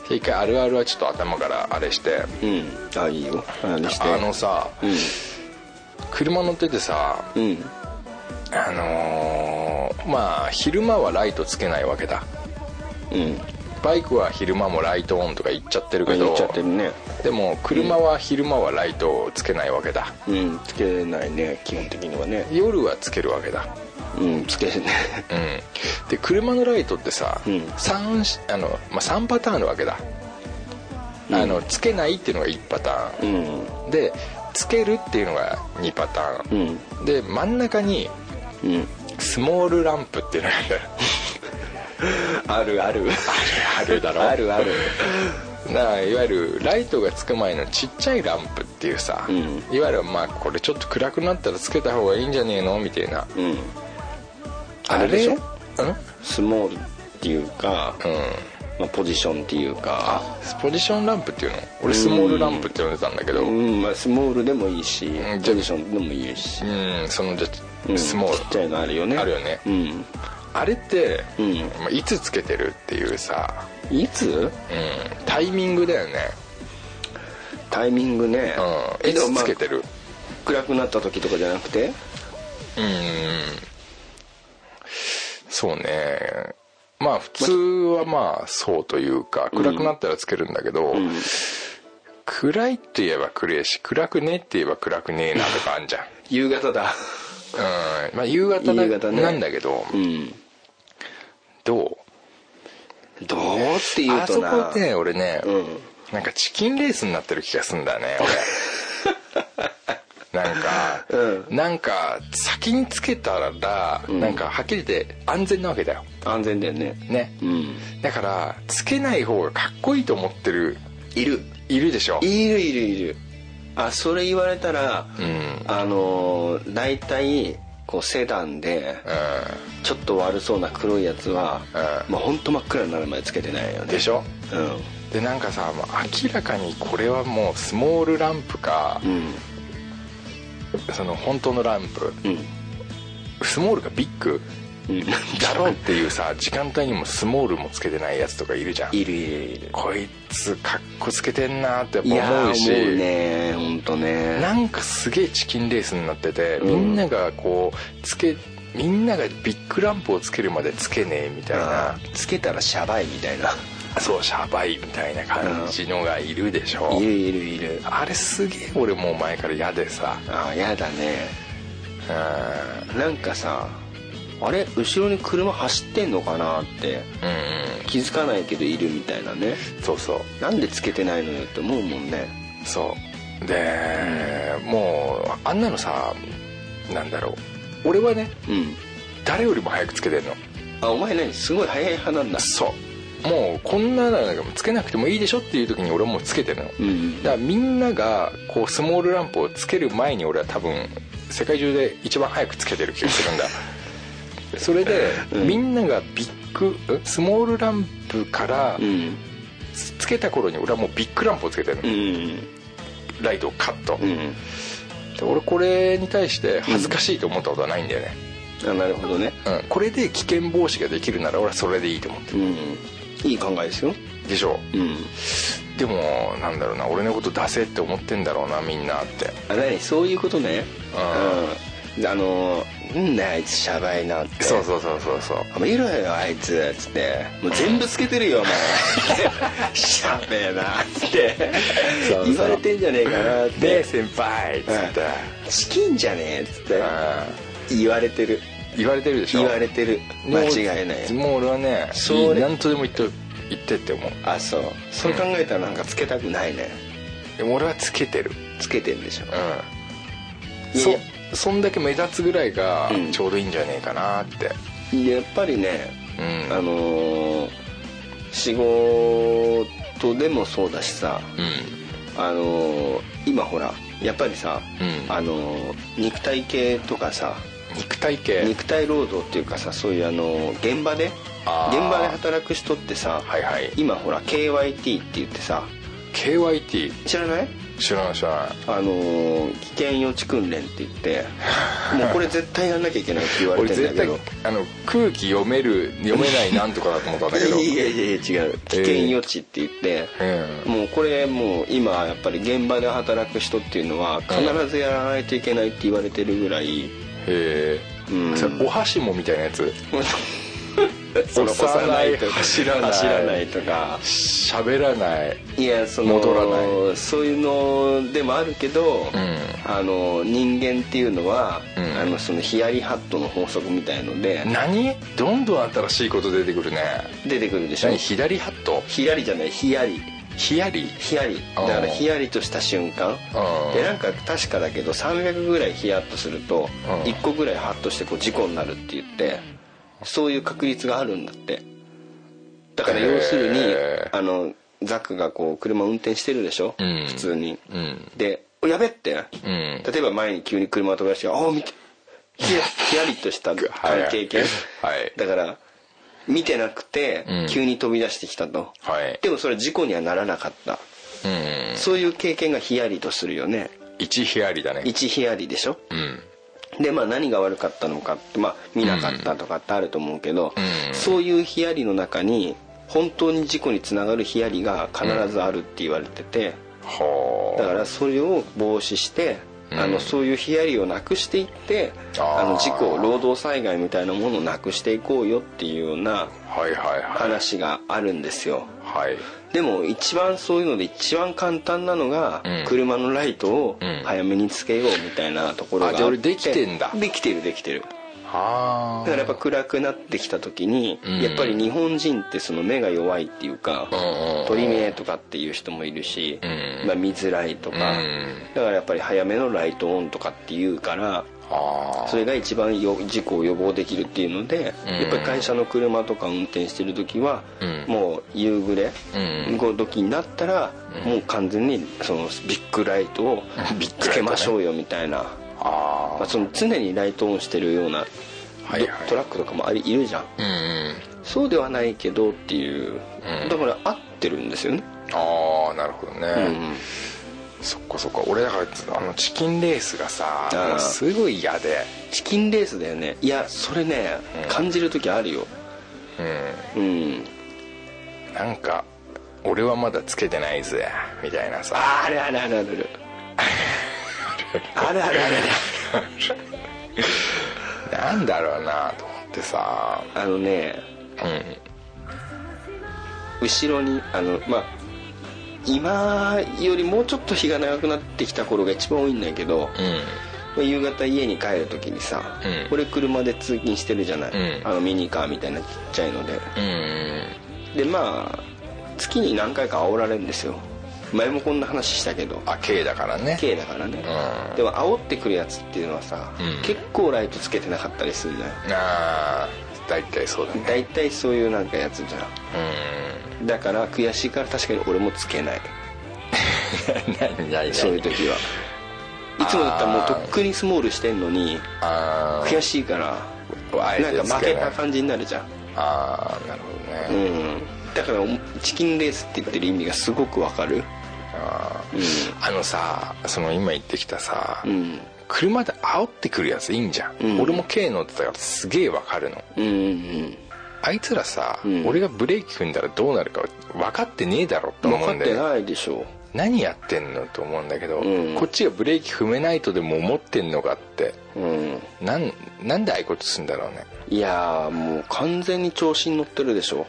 D: 一回あるあるはちょっと頭からあれして
C: あいいよあれして
D: あのさ車乗っててさ
C: うんうん
D: あのーまあ昼間はライトつけないわけだ
C: うん
D: バイクは昼間もライトオンとか言っちゃってるけ
C: 言
D: ど
C: っちゃってるね
D: でも車は昼間はライトをつけないわけだ
C: うんつけないね基本的にはね
D: 夜はつけるわけだ
C: うんつけない
D: うんで車のライトってさ、
C: うん
D: 三あのまあ、3パターンあるわけだ、
C: うん
D: あのつけないっていうのが1パタ ー
C: う
D: ン、
C: ん
D: でつけるっていうのが2パターン、
C: うん
D: で真ん中に
C: うん
D: スモールランプっていうのがある
C: あるある
D: あるだろ
C: あるある
D: ないわゆるライトがつく前のちっちゃいランプっていうさ、
C: うん
D: いわゆるまあこれちょっと暗くなったらつけた方がいいんじゃねえのみたいな
C: うんあれでしょ
D: うん
C: スモールっていうか、まあ、ポジションっていうか
D: ポジションランプっていうの俺スモールランプって呼んでたんだけど、
C: うんまあ、スモールでもいいし
D: うん
C: ポジションでもいいし、
D: うんそのじゃ
C: うん
D: スモール
C: ちっちゃいのあるよね
D: あるよね
C: うん
D: あれって、
C: うん
D: まあいつつけてるっていうさ、
C: いつ
D: うん、タイミングだよね、
C: タイミングね、
D: うん、
C: え
D: い
C: でも
D: つ
C: まあ
D: つけてる、
C: 暗くなった時とかじゃなくて
D: うんそうねまあ普通はまあそうというか暗くなったらつけるんだけど、
C: うん
D: 暗いって言えば暗いし暗くねって言えば暗くねえなとかあんじゃん、
C: 夕方だ
D: うんまあ、夕方だ
C: 夕方ね
D: なんだけど、
C: うん
D: どう
C: どうって言う
D: あ
C: と
D: そ
C: な
D: こね俺ね、
C: うん
D: なんかチキンレースになってる気がすんだよね 俺なんか、
C: う
D: なんか先につけたら、なんかはっきり言って安全なわけだよ
C: 安全だよね
D: ね、
C: うん
D: だからつけない方がかっこいいと思ってる
C: いる
D: いるでしょ
C: いるいるいるあそれ言われたら、
D: うん
C: あのー大体こうセダンで
D: う
C: ちょっと悪そうな黒いやつは、
D: うん
C: もう本当真っ暗になるまでつけてないよ
D: ん
C: ね
D: でしょ
C: うん
D: でなんかさもう明らかにこれはもうスモールランプか
C: う、ん
D: その本当のランプ
C: うん
D: スモールかビッグ
C: うん
D: だろうっていうさ時間帯にもスモールもつけてないやつとかいるじゃん
C: いるいるいる
D: こいつかっこつけてんなーって
C: い
D: やっぱ
C: や
D: 思
C: ー
D: うし
C: 思うね本当ね
D: なんかすげえチキンレースになってて、
C: うん
D: みんながこうつけみんながビッグランプをつけるまでつけねえみたいな
C: あーつけたらシャバいみたいな
D: そうシャバいみたいな感じのがいるでしょ
C: いるいるいる
D: あれすげえ俺もう前から嫌でさ
C: ああやだね
D: う
C: なんかさあれ後ろに車走ってんのかなって
D: んうん
C: 気づかないけどいるみたいなね
D: うんそうそう
C: なんでつけてないのよって思うもんね
D: そうで、もうあんなのさなんだろう俺はね
C: うん
D: 誰よりも早くつけてんの
C: あお前何すごい早い派なんだ
D: そうもうこんなのなんかつけなくてもいいでしょっていう時に俺はもうつけてるの、
C: うん
D: だからみんながこうスモールランプをつける前に俺は多分世界中で一番早くつけてる気がす るんだそれで、みんながビッグんスモールランプから
C: うん
D: つつけた頃に俺はもうビッグランプをつけてるの
C: う、ん
D: ライトをカット、
C: うん
D: で俺これに対して恥ずかしいと思ったことはないんだよね、
C: あなるほどね
D: うん、これで危険防止ができるなら俺はそれでいいと思って
C: うんいい考えですよ
D: るでしょ
C: うん
D: でもなんだろうな俺のこと出せって思ってんだろうなみんなって
C: あ何そういうことね
D: あ
C: うんであのうんねあいつシャバいなって
D: そうそうそうそうそう
C: 見ろよあいつつってもう全部つけてるよお 前シャベえなつって
D: そうそう
C: 言われてんじゃねえかなっ
D: で
C: て
D: 先輩っつって、
C: チキンじゃねえつって
D: う
C: 言われてる
D: ん言われてるでしょ
C: 言われてる間違いない
D: もうもう俺はね
C: そ
D: い
C: れ
D: い何とでも言って言ってって思う
C: あそうそう考えたらなんかつけたくないね
D: でも俺はつけてる
C: つけてんでしょ
D: うん
C: いやいや
D: そそんだけ目立つぐらいが
C: うん
D: ちょうどいいんじゃねえかなって
C: やっぱりね
D: うん
C: あのー仕事でもそうだしさ、
D: うん
C: あのー今ほらやっぱりさ、
D: うん
C: あのー肉体系とかさ
D: 肉体系
C: 肉体労働っていうかさそういうあのー現場で現
D: あー
C: 場で働く人ってさ、
D: はいはい
C: 今ほら KYT って言ってさ
D: KYT
C: 知らない
D: 知らない知らない
C: あのー危険予知訓練って言 ってもうこれ絶対やんなきゃいけないって言われ
D: 俺
C: てん
D: 絶
C: だけ
D: 対
C: ど
D: あの空気読める読めないなんとかだと思ったんだけど
C: いやいやいや違う危険予知って言って、
D: うん
C: もうこれもう今やっぱり現場で働く人っていうのは必ずやらないといけないって言われてるぐらい、
D: へ
C: う
D: え
C: ん
D: それお箸もみたいなやつ
C: その
D: 押さない
C: とか
D: 走らない
C: 走らないとか
D: 喋らない
C: いやその
D: 戻らない
C: そういうのでもあるけど、
D: ん
C: あの人間っていうのは、
D: うん
C: あのそのヒヤリハットの法則みたいので
D: 何どんどん新しいこと出てくるね
C: 出てくるでしょ
D: 何左ハット
C: ヒヤリじゃないヒヤリ
D: ヒヤリ
C: ヒヤリ
D: あ
C: だ
D: ー
C: からヒヤリとした瞬間
D: あー
C: でなんか確かだけど300ぐらいヒヤッとすると
D: うん
C: 1個ぐらいハッとしてこう事故になるって言ってそういう確率があるんだってだから要するに
D: へ
C: あのザックがこう車運転してるでしょ、
D: うん
C: 普通に、
D: うん
C: で「おやべ!」って、
D: うん
C: 例えば前に急に車を飛ばして「ああ見てヒヤヒヤリとした
D: はい
C: 経験、
D: はい
C: だから見てなくて
D: うん
C: 急に飛び出してきたと、
D: はい
C: でもそれ事故にはならなかった
D: うん
C: そういう経験がヒヤリとするよね
D: 一ヒヤリだね
C: 1ヒヤリでしょ
D: うん
C: でまあ何が悪かったのかって、まあ、見なかったとかってあると思うけど、
D: うん
C: そういうヒヤリの中に本当に事故につながるヒヤリが必ずあるって言われてて、だ
D: は
C: からそれを防止して、
D: うん
C: あのそういうヒヤリをなくしていって
D: あー
C: あの事故労働災害みたいなものをなくしていこうよっていうような
D: あはいはいはい
C: 話があるんですよ
D: はい
C: でも一番そういうので一番簡単なのが、
D: うん
C: 車のライトを
D: うん
C: 早めにつけようみたいなところが
D: あ
C: あ
D: じゃあ俺できてんだ
C: できてるできてるだ
D: はあ
C: からやっぱ暗くなってきた時に、
D: うん
C: やっぱり日本人ってその目が弱いっていうか、
D: うんうん
C: 鳥目とかっていう人もいるし、
D: うん
C: まあ、見づらいとか、
D: うん
C: だからやっぱり早めのライトオンとかっていうから
D: ああ
C: それが一番よ事故を予防できるっていうので、
D: うん
C: やっぱり会社の車とか運転してる時は、
D: うん
C: もう夕暮れ、
D: うん
C: ご時になったら、もう完全にそのビッグライトを
D: ビッグライトね
C: つけましょうよみたいな、
D: あ
C: まあ、その常にライトオンしてるような、
D: はいはい
C: ドトラックとかもありいるじゃん
D: あうん
C: そうではないけどっていう、
D: うん
C: だから合ってるんですよね、
D: ああなるほどね、
C: うん
D: そっかそっか俺だからあのチキンレースがさ
C: ー
D: もうすごい嫌で
C: チキンレースだよねいやそれね、
D: うん
C: 感じる時あるよ
D: う
C: うん
D: んなんか俺はまだつけてないぜみたいなさ
C: あるあるあるあるあるあるある
D: なんだろうなと思ってさ
C: あのね
D: うん
C: 後ろにあのまあ今よりもうちょっと日が長くなってきた頃が一番多いんだけど、
D: うん
C: 夕方家に帰る時にさ、
D: うん
C: 俺車で通勤してるじゃない、
D: うん
C: あのミニカーみたいなちっちゃいので
D: うん
C: でまあ月に何回か煽られるんですよ前もこんな話したけど
D: あ K だからね
C: K だからね、
D: うん
C: でも煽ってくるやつっていうのはさ、
D: うん
C: 結構ライトつけてなかったりするじゃん
D: ああ大体そうだ ね
C: 大体そういうなんかやつじゃんだから悔しいから確かに俺もつけない
D: うん何何
C: そういう
D: 何
C: 時はいつもだったらもうとっくにスモールしてんのに
D: あ
C: 悔しいから
D: ーあえ
C: なん
D: て
C: か
D: つ
C: 負
D: け
C: け
D: ない
C: た感じになるじゃん
D: ああなるほどね、
C: うんだからチキンレースって言ってる意味がすごくわかる
D: あー
C: う
D: あのさその今言ってきたさ、
C: ん
D: 車で煽ってくるやついいんじゃん、
C: うん
D: 俺も軽乗ってたからすげえわかるの
C: うんうん
D: あいつらさ、
C: うん
D: 俺がブレーキ踏んだらどうなるか分かってねえだろと
C: 分
D: 思
C: か
D: う
C: っ
D: んだよ
C: て
D: ね
C: ないでしょ
D: 何やってんのと思うんだけど、
C: うん
D: こっちがブレーキ踏めないとでも思ってんのかって
C: うん
D: なんなんでああいうことするんだろうね
C: いやーもう完全に調子に乗ってるでしょ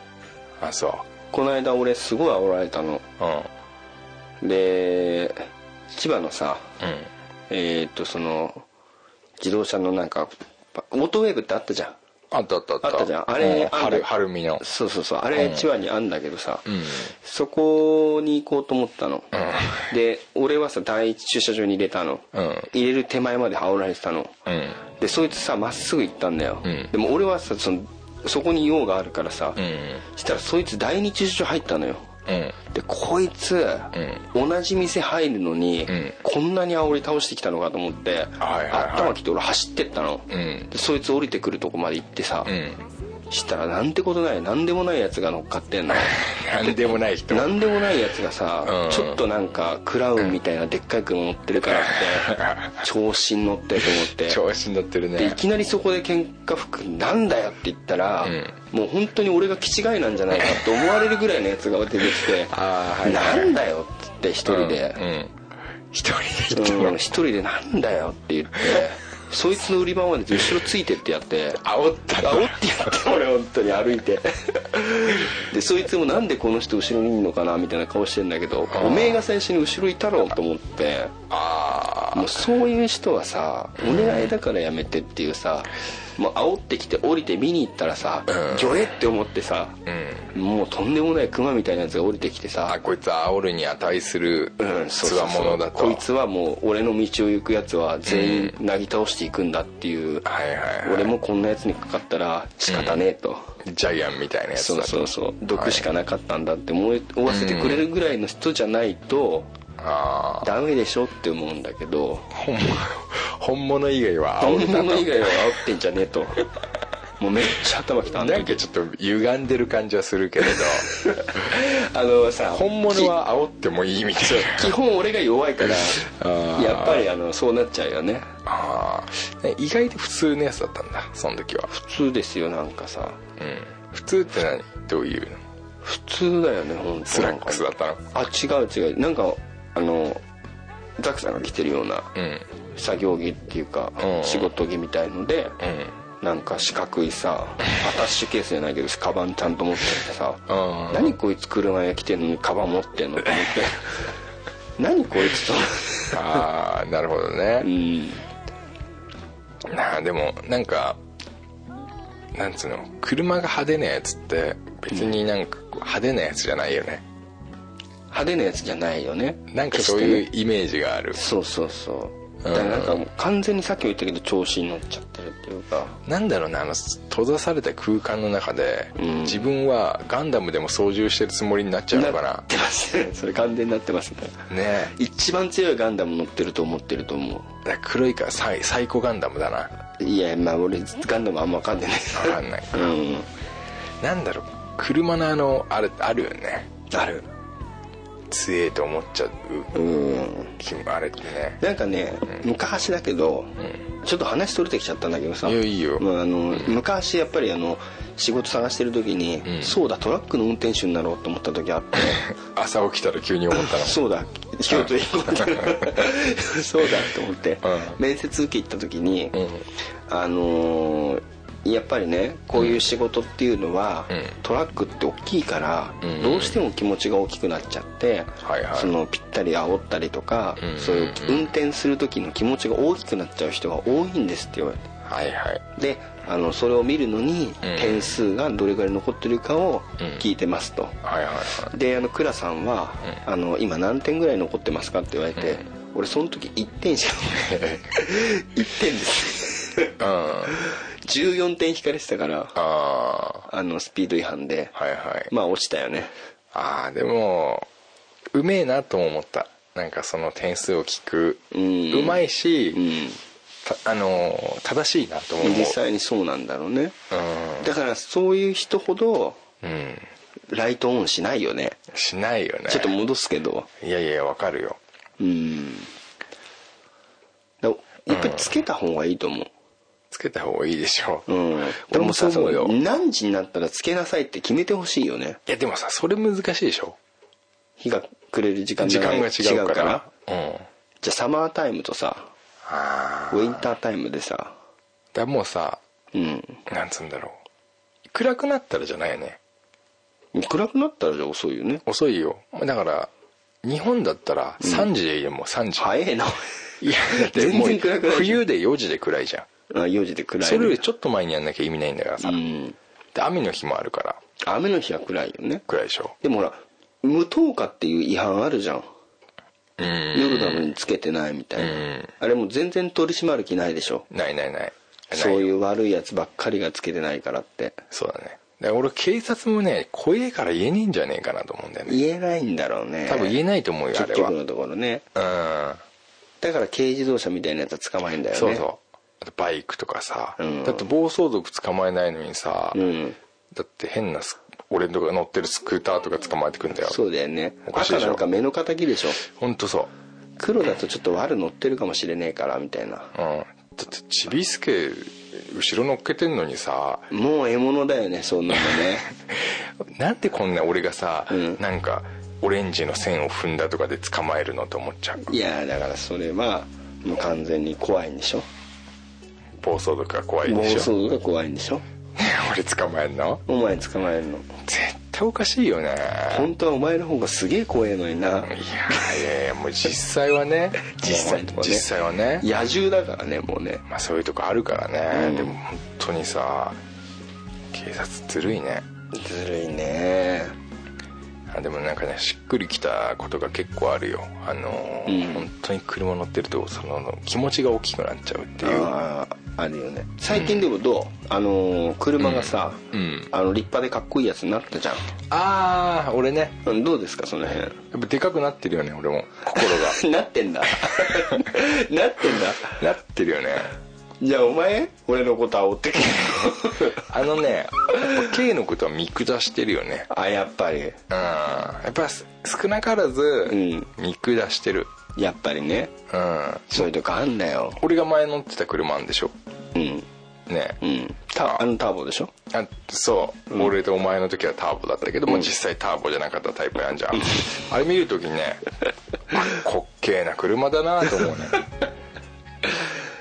D: あそう
C: この間俺すごい煽られたの
D: うん
C: で千葉のさ
D: うん
C: えーっとその自動車のなんかオートウェーブってあったじゃん
D: あったあったあった
C: あったじゃんあれ
D: うん
C: あんだ
D: はるはるみの
C: そうそうそうあれ
D: うん
C: 千葉にあんだけどさ、
D: うん
C: そこに行こうと思ったの、
D: う
C: で俺はさ第一駐車場に入れたの、
D: うん
C: 入れる手前まで煽られてたの
D: うん
C: でそいつさまっすぐ行ったんだよ、
D: うん
C: でも俺はさそのそこに用があるからさ、
D: うん
C: したらそいつ第二駐車場入ったのよ
D: うん
C: でこいつ、同じ店入るのに、
D: ん
C: こんなに煽り倒してきたのかと思って、
D: はいはいはい
C: 頭きて俺走ってったの、
D: うん
C: でそいつ降りてくるとこまで行ってさ、
D: うん
C: したらなんてことないなんでもないやつが乗っかってんの
D: 何 でもない人
C: な
D: は
C: んでもないやつがさ、
D: うん
C: ちょっとなんかクラウンみたいなでっかい車乗ってるからって、調子に乗ってと思って
D: 調子に乗ってる
C: でい
D: ね
C: きなりそこで喧嘩服なんだよって言ったら、もう本当に俺が気違いなんじゃないかって思われるぐらいのやつが出てきて
D: あーはいはい
C: なんだよって言って一人で
D: うんうん一人
C: う
D: で行っ
C: ん
D: て
C: 一、
D: も
C: 人でなんだよって言 ってそいつの売り場まで後ろついてってやって
D: 煽った
C: 煽ってやって俺本当に歩いてでそいつもなんでこの人後ろにいるのかなみたいな顔してんだけどおめえが最初に後ろいたろうと思って
D: あ
C: もうそういう人はさお願いだからやめてっていうさもう煽ってきて降りて見に行ったらさギョエって思ってさ
D: あうん
C: もうとんでもないクマみたいなやつが降りてきてさ
D: あこいつは煽るに値する
C: うんそ
D: つ
C: うそ
D: わ
C: うそ
D: も
C: う
D: のだと
C: こいつはもう俺の道を行くやつは全員なぎ倒していくんだっていう、
D: はいはいはい
C: 俺もこんなやつにかかったら仕方ねえと、
D: ジャイアンみたいなやつ
C: そ
D: だ
C: う
D: と
C: そうそう毒しかなかったんだって思い追わせてくれるぐらいの人じゃないと
D: あ
C: ダメでしょって思うんだけど
D: あ 本物本物以外は
C: 本
D: 煽るな
C: 物以外は煽ってんじゃねえともうめっちゃ頭きたんだ
D: なんかちょっと歪んでる感じはす るけれど
C: あのさ
D: 本物は煽ってもいいみたいな
C: き基本俺が弱いから
D: あー
C: やっぱりあのそうなっちゃうよね
D: ああ意外と普通のやつだったんだその時は
C: 普通ですよなんかさ
D: うん普通って何どういうの
C: 普通だよね本当
D: スラックスだったの
C: あ違う違うなんかあのザクさんが着てるような
D: うん
C: 作業着っていうか、
D: うん
C: 仕事着みたいので、なんか四角いさアタッシュケースじゃないけどカバンちゃんと持っててさ
D: うん
C: 何こいつ車屋来てんのにカバン持ってんのと思って 何こいつと
D: ああなるほどね
C: うん
D: なあでもなんかなんつうの車が派手なやつって別になんかこう派手なやつじゃないよね、
C: 派手なやつじゃないよね
D: なんかそう
C: 決
D: い
C: してね
D: うイメージがある
C: そうそうそうだからなんかもう完全にさっきも言ったけど調子に乗っちゃってるっていうか
D: なんだろうなあの閉ざされた空間の中で、
C: ん
D: 自分はガンダムでも操縦してるつもりになっちゃうのか
C: な
D: な
C: ってますね それ完全になってますね
D: ね
C: 一番強いガンダム乗ってると思ってると思
D: えだから黒いからサイサイコガンダムだな
C: ういやまあ俺ガンダムあんま分かんないね
D: 分かんない
C: うん
D: なんだろう車のあのあるあるよね
C: ある
D: 強えと思っちゃう
C: うん
D: 気もあれってね
C: なんかね、昔だけど、ちょっと話取れてきちゃったんだけどさ
D: いやいいよ
C: まああの昔やっぱりあの仕事探してる時に、そうだトラックの運転手になろうと思った時あ って
D: 朝起きたら急に思ったの
C: そうだ仕事行こうって そうだと思って、
D: う
C: 面接受け行った時に、
D: ん
C: あのーやっぱりねこういう仕事っていうのは、
D: ん
C: トラックって大きいから、
D: ん
C: どうしても気持ちが大きくなっちゃって、
D: はいはい
C: そのぴったり煽ったりとか、
D: うん
C: そういう運転する時の気持ちが大きくなっちゃう人が多いんですって言われて
D: はいはい
C: であのそれを見るのに、
D: ん
C: 点数がどれぐらい残ってるかを聞いてますと。
D: はいはいはい
C: であの倉さんは、あの「今何点ぐらい残ってますか?」って言われて、俺その時1点しか 1点です
D: うん
C: 14点引かれてたから
D: あ
C: あのスピード違反で、
D: あはいはい
C: まあ落ちたよね
D: ああでもうめえなとも思ったなんかその点数を聞く
C: うん
D: うまいし、
C: うん
D: たあのー正しいなとも思う
C: 実際にそうなんだろうね
D: うん、
C: だからそういう人ほど
D: うん、
C: ライトオンしないよね
D: しないよね
C: ちょっと戻すけど
D: いやいやわかるよ
C: うんだやっぱりつけた方がいいと思う
D: つけた方がいいでしょう、
C: うん、
D: 俺もそう思うよ
C: でもさ何時になったらつけなさいって決めてほしいよね
D: いやでもさそれ難しいでしょ
C: 日が暮れる時間
D: 時間が
C: 違
D: 違
C: う
D: う
C: か
D: かららうん
C: じゃあサマータイムとさ
D: ああ
C: ウィンタータイムでさ
D: だからもうさ
C: うん
D: なんつうんだろう暗くなったらじゃないよね
C: 暗くなったらじゃあ遅いよね
D: 遅いよだから日本だったら3時でいいよ、もう3時
C: 早えな
D: いやだってもう
C: 全然暗くない
D: 冬で4時で暗いじゃん
C: あ4時で暗いね
D: それよりちょっと前にやんなきゃ意味ないんだからさ、
C: うん
D: で雨の日もあるから
C: 雨の日は暗いよね
D: 暗いでしょ
C: でもほら無灯火っていう違反あるじゃん
D: うん
C: 夜なのにつけてないみたいなあれもう全然取り締まる気ないでしょ
D: ないないないない
C: そういう悪いやつばっかりがつけてないからって
D: そうだねだから俺警察もね怖えから言えねえんじゃねえかなと思うんだよね
C: 言えないんだろうね
D: 多分言えないと思うよあ
C: 結
D: れは
C: 局のところね
D: うん
C: だから軽自動車みたいなやつは捕まえんだよね
D: そうそうあとバイクとかさ、
C: うん
D: だって暴走族捕まえないのにさ、
C: うん
D: だって変なス俺とか乗ってるスクーターとか捕まえてくんだよ
C: そうだよね
D: おかしいで
C: 赤
D: しょ
C: なんか目の敵でしょ
D: 本当そ
C: 黒だとちょっと悪乗ってるかもしれねえからみたいな
D: ううんだってちびすけ後ろ乗っけてんのにさ
C: もう獲物だよねそんなの ね
D: なんでこんな俺がさ、
C: うん
D: なんかオレンジの線を踏んだとかで捕まえるのと思っちゃう
C: いやだからそれはもう完全に怖いんでしょ
D: 暴走族が怖い
C: 暴
D: でしょ
C: 走が怖いんでしょ
D: 俺捕まえんの
C: お前捕まえるの
D: 絶対おかしいよね
C: 本当はお前の方がすげえ怖えのにない
D: やいやいやもう実際はね
C: 実際
D: も
C: と
D: う
C: かね
D: 実際はね
C: 野獣だからねもうね
D: まあそういうとこあるからね、
C: うん
D: でも本当にさ警察ずるいね
C: ずるいね
D: あでもなんかねしっくりきたことが結構あるよあのー、
C: うん
D: 本当に車乗ってるとその気持ちが大きくなっちゃうっていう
C: あああるよね最近でもどう、あのー車がさ、
D: うんうん
C: あの立派でかっこいいやつになったじゃん
D: ああ俺ね
C: うんどうですかその辺
D: やっぱでかくなってるよね俺も心が
C: なってんだ なってんだ
D: なってるよね
C: じゃあお前俺のこと煽ってけよ
D: あのねやっぱ K のことは見下してるよね
C: あやっぱり
D: うんやっぱす少なからず
C: ん
D: 見下してる
C: やっぱりね
D: うん
C: そういうとこあんだよ
D: 俺が前乗ってた車あんでしょ
C: うん
D: ね
C: うんたあのターボでしょ
D: あそう、俺とお前の時はターボだったけども、実際ターボじゃなかったタイプやんじゃんあれ見る時にね滑稽な車だな と思うね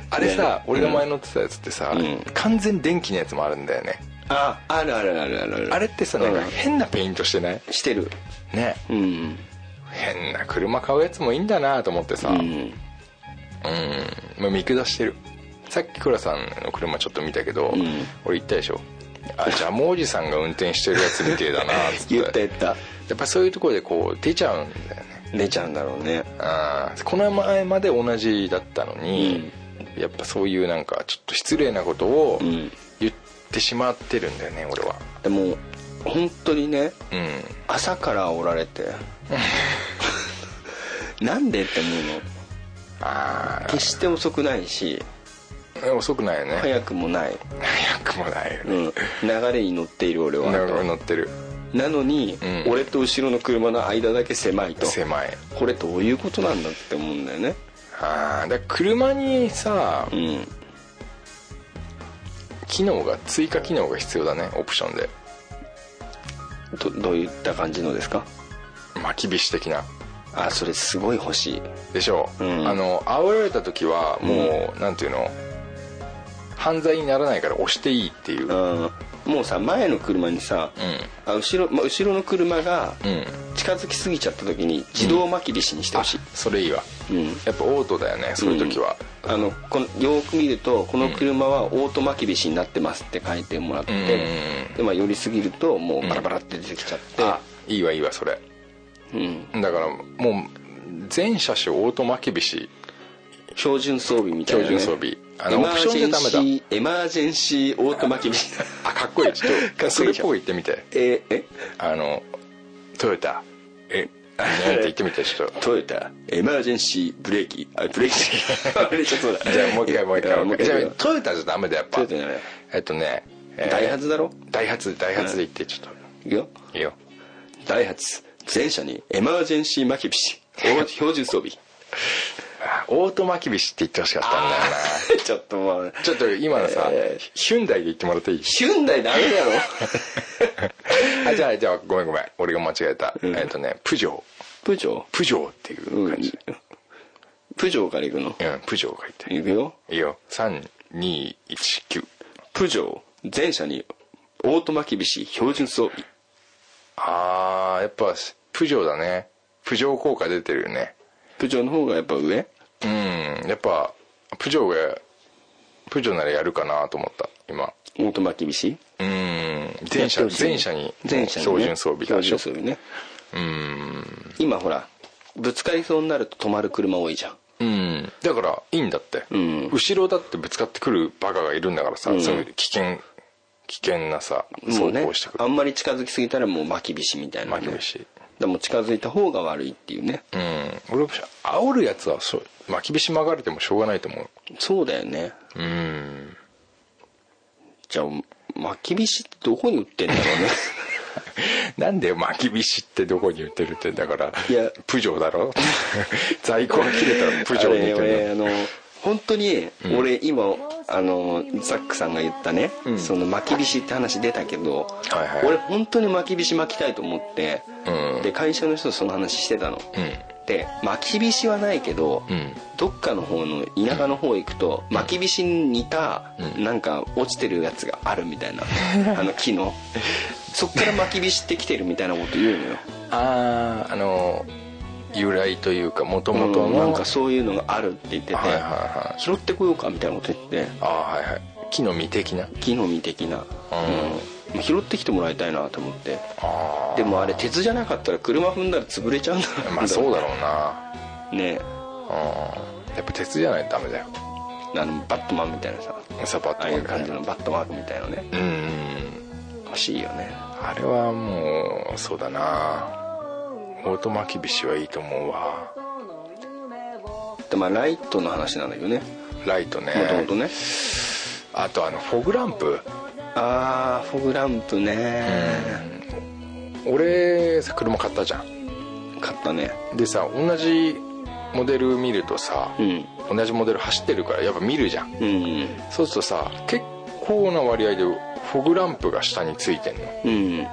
D: あれさ、俺が前乗ってたやつってさ、
C: ん
D: 完全電気のやつもあるんだよね、
C: ああるあるあるあるある
D: あれってさなんか
C: うん
D: 変なペイントしてない
C: してる
D: ね
C: うん
D: 変な車買うやつもいいんだなと思ってさ、
C: うん
D: うんもう見下してるさっき倉さんの車ちょっと見たけど、
C: ん
D: 俺言ったでしょあジャムおじさんが運転してるやつみてえだなっつって
C: 言った言った
D: やっぱそういうところでこう出ちゃうんだよね
C: 出ちゃうんだろうね
D: あーこの前まで同じだったのに、やっぱそういうなんかちょっと失礼なことを
C: うん
D: 言ってしまってるんだよね俺は
C: でも本当にね
D: うん
C: 朝からおられ てなんでって思うの
D: あ
C: 決して遅くないし
D: あ遅くないよね
C: 早くもない、
D: 早くもないよ
C: う
D: ね、
C: ん、流れに乗っている俺は
D: なんか乗ってる
C: なのに、
D: うん
C: 俺と後ろの車の間だけ狭いと
D: 狭い
C: これどういうことなんだって思うんだよね
D: ああだから車にさ
C: うん
D: 機能が追加機能が必要だねオプションで
C: どどういった感じのですか
D: 巻き菱的な
C: あそれすごい欲しい
D: でしょう、
C: うん
D: あの煽られた時はもう、なんていうの犯罪にならないから押していいっていううん
C: うんもうさ前の車にさ、あ後ろま後ろの車が
D: うん
C: 近づきすぎちゃった時に自動巻き菱にしてほしい、
D: それいいわ
C: うん
D: やっぱオートだよねそういう時は、
C: あのこのよーく見るとこの車はオート巻き菱になってますって書いてもらって、
D: うん
C: でまあ寄りすぎるともうバラバラって出てきちゃって、
D: あいいわいいわそれ
C: うん、
D: だからもう全車種オート巻き菱
C: 標準装備みたいな、ね、
D: 標準装備あの
C: エマ
D: オプショ
C: ー
D: ン
C: ジ
D: じ
C: ェ
D: ゃ
C: ン
D: ダメだ
C: シーエマージェンシーオート巻き菱
D: あかっこいいちょっ
C: かっこい
D: と
C: い
D: それっぽい言ってみて
C: えーえ
D: あのトヨタえ何って言ってみてちょっと
C: トヨタエマージェンシーブレーキあブレーキじゃないあれちょっとだ
D: じゃあもう一回もう一回
C: も
D: も
C: う
D: う
C: 一
D: 一
C: 回
D: 回じゃあトヨタじゃダメだやっぱ
C: トヨタじゃない
D: えっとね、えー
C: ダイハツだろ
D: ダイハツダイハツで言ってちょっ
C: いくよ
D: といいよ
C: ダイハツ全車にエマージェンシー巻き菱お標準装備
D: あオートマキビシって言ってほしかったんだよな
C: ちょっともう
D: ちょっと今のさ、
C: え
D: ヒュンダイで言ってもらっていい
C: ヒュンダイダメ だろ
D: あじゃあじゃあごめんごめん俺が間違えた、えっとねプジョー
C: プジョー
D: プジョーっていう感じ
C: プジョーから行くの
D: うん、プジョーがいて
C: 行くよ
D: いいよ3219
C: プジョー全車にオートマキビシ標準装備
D: あーやっぱプジョーだねプジョー効果出てるよね
C: プジョーの方がやっぱ上
D: うんやっぱプジョーがプジョーならやるかなと思った今
C: オートマキビシ
D: うん全車全車に
C: 全車にね
D: 標準装備だ
C: 標
D: でしょ
C: 準装備ね
D: うん
C: 今ほらぶつかりそうになると止まる車多いじゃん
D: うんだからいいんだって、
C: うん
D: 後ろだってぶつかってくるバカがいるんだからさ、
C: うん
D: そういう危険危険なさ走
C: もうね
D: 行してく
C: あ
D: る
C: んまり近づきすぎたらもう巻き菱みたいな、ね、
D: 巻き菱
C: でも近づいた方が悪いっていうね
D: うん、俺も煽るやつはそう巻き菱曲がれてもしょうがないと思う
C: そうだよね
D: うん
C: じゃあ巻き菱ってどこに売って んだろうね
D: なんで巻き菱ってどこに売ってるってだから
C: いや
D: プジョーだろ 在庫が切れたらプジョーに売って
C: あれ俺
D: る
C: あの本当に俺今、あのザックさんが言ったね、
D: ん
C: その巻き菱って話出たけど、
D: はいはい
C: 俺本当に巻き菱巻きたいと思って、
D: うん
C: で会社の人とその話してたの、で巻き菱はないけど、
D: うん
C: どっかの方の田舎の方行くと、巻き菱に似た、なんか落ちてるやつがあるみたい なあの木のそっから巻き菱ってきてるみたいなこと言うのよ
D: あああの由来というかもともと
C: うんな
D: の
C: んかそういうのがあるって言ってて、
D: はいはいはい
C: 拾ってこようかみたいなこと言って
D: ああはいはい木の実的な
C: 木の実的な、うん拾ってきてもらいたいなと思って
D: あ
C: でもあれ鉄じゃなかったら車踏んだら潰れちゃうんだ
D: あ
C: ろ
D: まあそうだろうな
C: ね
D: うんやっぱ鉄じゃないとダメだよ
C: あのバットマンみたいなさ
D: サバッ
C: あ
D: ト
C: あい
D: マン
C: う
D: みたい
C: 感
D: な
C: じのバットマークみたいなね
D: うんうん
C: 欲しいよね
D: あれはもうそうだなオートマキビシはいいと思うわ
C: でまあライトの話なんだけどね
D: ライトね
C: もともとね
D: あとあのフォグランプ
C: あーフォグランプね
D: 俺さ車買ったじゃん
C: 買ったね
D: でさ同じモデル見るとさ
C: う、ん
D: 同じモデル走ってるからやっぱ見るじゃん
C: うん
D: そうするとさ結構な割合でフォグランプが下についてんの
C: うん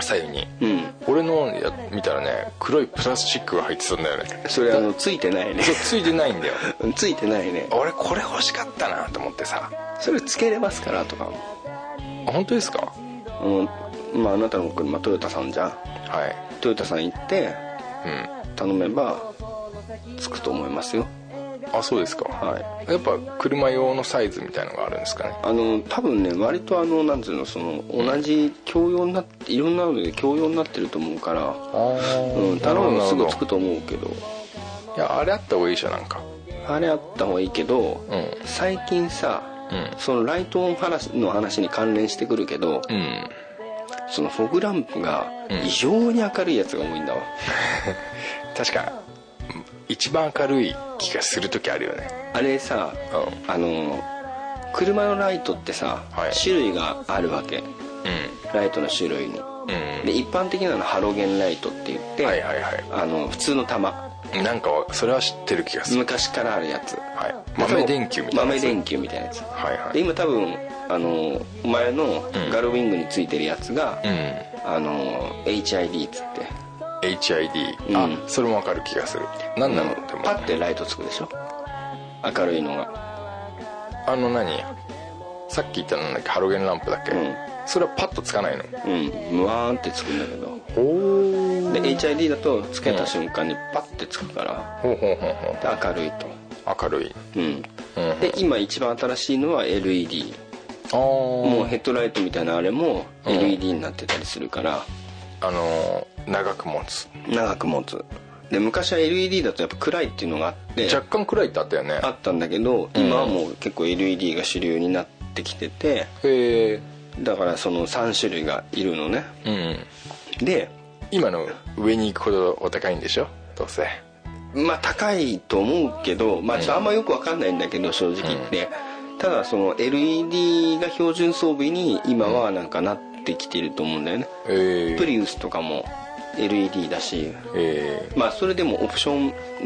D: 左右に
C: うん
D: 俺のや見たらね黒いプラスチックが入ってたんだよね
C: それあのついてないね
D: そうついてないんだよ
C: ついてないね
D: 俺これ欲しかったなと思ってさ
C: それつけれますからとか
D: あ本当ですか
C: うんまああなたの車トヨタさんじゃん
D: はい
C: トヨタさん行って
D: う
C: 頼めばつくと思いますよ
D: んあそうですか
C: はい
D: やっぱ車用のサイズみたいのがあるんですかね
C: あの多分ね割とあのなんていうのその同じ共用になっていろんなので共用になってると思うから、うん、頼むのすぐつくと思うけど
D: いやあれあった方がいいじゃんなんか
C: あれあった方がいいけど、
D: うん
C: 最近さ、
D: うん
C: そのライトオン話の話に関連してくるけど、
D: うん
C: そのフォグランプが
D: うん
C: 異常に明るいやつが多いんだわ、
D: 確かうん一番明るい気がする時あるよね
C: あれさ
D: う
C: あの車のライトってさ、
D: はい
C: 種類があるわけ
D: ん
C: ライトの種類に
D: うん
C: で一般的なのはハロゲンライトって言って、
D: はいはいは
C: あの普通の玉
D: いなんかはそれは知ってる気がする、
C: 昔からあるやつ
D: はい、豆電球みたいな
C: 豆
D: やつ
C: 電球みたいなやつ
D: はいは
C: で
D: い
C: 今多分あの前の
D: うん
C: ガルウィングについてるやつが、
D: う
C: あの HID っつって
D: ん HID、
C: うん
D: あそれもわかる気がする何なの、でも
C: パッてライトつくでしょ明るいのが
D: あの何さっき言ったのなんだっけハロゲンランプだっけ、
C: うん
D: それはパッとつかないの
C: うんムワーンってつくんだけど
D: ほう
C: で HID だとつけた瞬間にパッてつくから
D: ほうほうほうほう
C: で明るいと
D: 明るい、
C: うん
D: うん、
C: で今一番新しいのは LED
D: あ
C: もう
D: も
C: ヘッドライトみたいなあれも LED になってたりするから
D: あのー長く持つ
C: 長く持つで昔は LED だとやっぱ暗いっていうのがあって
D: 若干暗いってあったよね
C: あったんだけど
D: ん
C: 今はもう結構 LED が主流になってきてて
D: へえ
C: だからその3種類がいるのね
D: うん
C: で
D: 今の上に行くほどお高いんでしょどうせ
C: まあ高いと思うけど、まあ、ちょっとあんまよくわかんないんだけど正直言って、ただその LED が標準装備に今はなんかなってきてると思うんだよね、
D: ええ
C: プリウスとかも LED だし
D: え
C: まあそれでもオプショ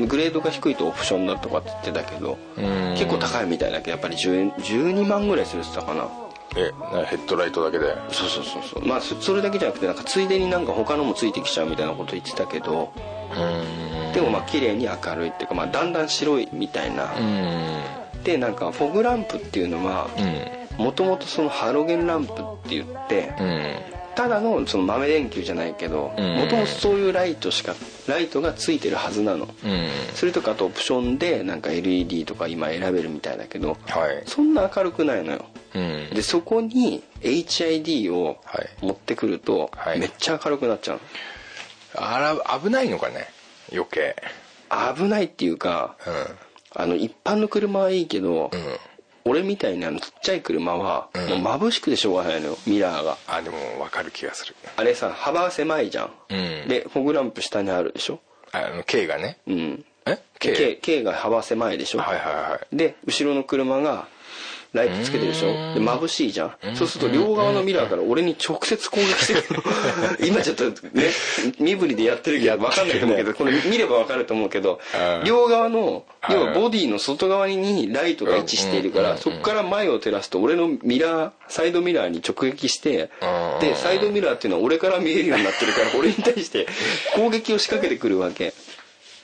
C: ングレードが低いとオプションだとかって言ってたけど
D: えうん
C: 結構高いみたいだけどやっぱり10 12万ぐらいするって言ったかな
D: えなヘッドライトだけで
C: そうそうそうそうまあそそれだけじゃなくてなんかついでになんか他のもついてきちゃうみたいなこと言ってたけど
D: うん
C: でもまあ綺麗に明るいっていうか、まあ、だんだん白いみたいな、
D: うん
C: でなんかフォグランプっていうのは
D: うん
C: もともとそのハロゲンランプって言って
D: うん
C: ただのその豆電球じゃないけども
D: うん
C: ともとそういうライトしかライトがついてるはずなの
D: うん
C: それとかあとオプションでなんか LED とか今選べるみたいだけど
D: はい
C: そんな明るくないのよ
D: うん
C: でそこに HID を
D: はい
C: 持ってくると
D: はい
C: めっちゃ明るくなっちゃう
D: あら危ないのかね余計
C: の危ないっていうか
D: うん
C: あの一般の車はいいけど、俺みたいにあのちっちゃい車は、もう眩しくてしょうがないのよミラーが
D: あでも分かる気がする
C: あれさ幅狭いじゃん、
D: うん
C: でフォグランプ下にあるでしょ
D: あの K がね
C: うん
D: え K?
C: K, K が幅狭いでしょ、
D: はいはいはい
C: で後ろの車がライトつけてるでしょで眩しいじゃんそうすると両側のミラーから俺に直接攻撃してくるの今ちょっとね身振りでやってるけど分かんないと思うけどこれ見れば分かると思うけど
D: うん
C: 両側の
D: はい
C: 要はボディの外側にライトが位置しているからそこから前を照らすと俺のミラーサイドミラーに直撃して
D: うん
C: でサイドミラーっていうのは俺から見えるようになってるから俺に対して攻撃を仕掛けてくるわけ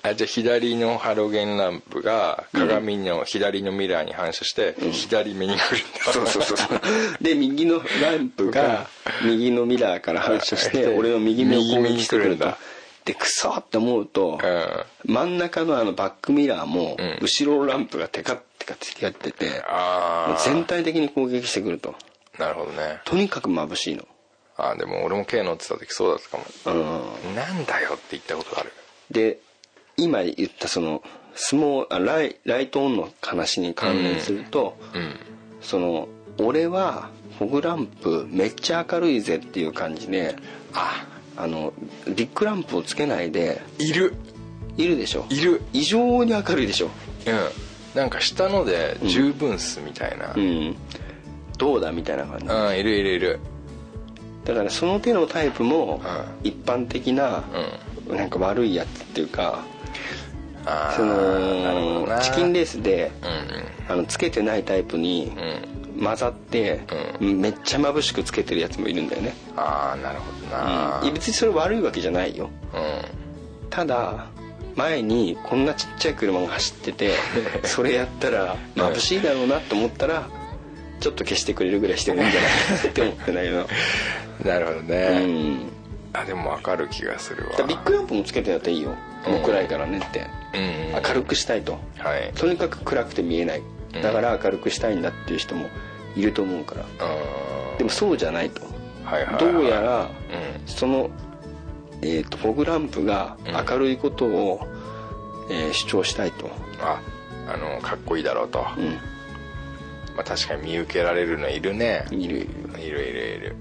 D: あじゃあ左のハロゲンランプが鏡の左のミラーに反射して左目に来るんだ、
C: そうそうそうそうで右のランプが右のミラーから反射して俺の右目を攻撃してくるん
D: 右目に来るんだ
C: だでクソって思うと、
D: う
C: 真ん中のあのバックミラーも
D: ん
C: 後ろランプがテカッテカッテカってて
D: ああ
C: 全体的に攻撃してくると
D: なるほどね
C: とにかく眩しいの
D: あーでも俺も K 乗ってた時そうだったかも、
C: うん
D: なんだよって言ったことがある
C: で今言ったそのスモーあライライトオンの話に関連すると、
D: うん
C: その俺はフォグランプめっちゃ明るいぜっていう感じで
D: あ
C: あのビッグランプをつけないで
D: いる
C: いるでしょ
D: いる
C: 異常に明るいでしょ
D: うんなんか下ので十分っすみたいな
C: う、んどうだみたいな感じ
D: うん、いるいるいる
C: だからその手のタイプも
D: う
C: 一般的ななんか悪いやつっていうか
D: ああ
C: そ
D: なるほど
C: の
D: な
C: チキンレースで
D: うん
C: あのつけてないタイプに
D: うんうん
C: 混ざってめっちゃ眩しくつけてるやつもいるんだよね
D: ああなるほどな
C: うん別にそれ悪いわけじゃないよ
D: う
C: ただ前にこんなちっちゃい車が走って てそれやったら眩しいだろうなと思ったらちょっと消してくれるぐらいしてもいいんじゃないかなって思ってんだ けど
D: んなるほど
C: う
D: ね、
C: ん
D: あでも分かる気がするわ
C: だからビッグランプもつけてやっていいよもう暗いからねって
D: うん
C: 明るくしたいと
D: はい
C: とにかく暗くて見えないだから明るくしたいんだっていう人もいると思うから
D: うん
C: でもそうじゃないと
D: はいはいはい
C: どうやら
D: うん
C: その、えー、とフォグランプが明るいことを、えー主張したいと、
D: ああのかっこいいだろうと、
C: う
D: まあ、確かに見受けられるのいるね
C: ん、いるいる
D: いるいるいる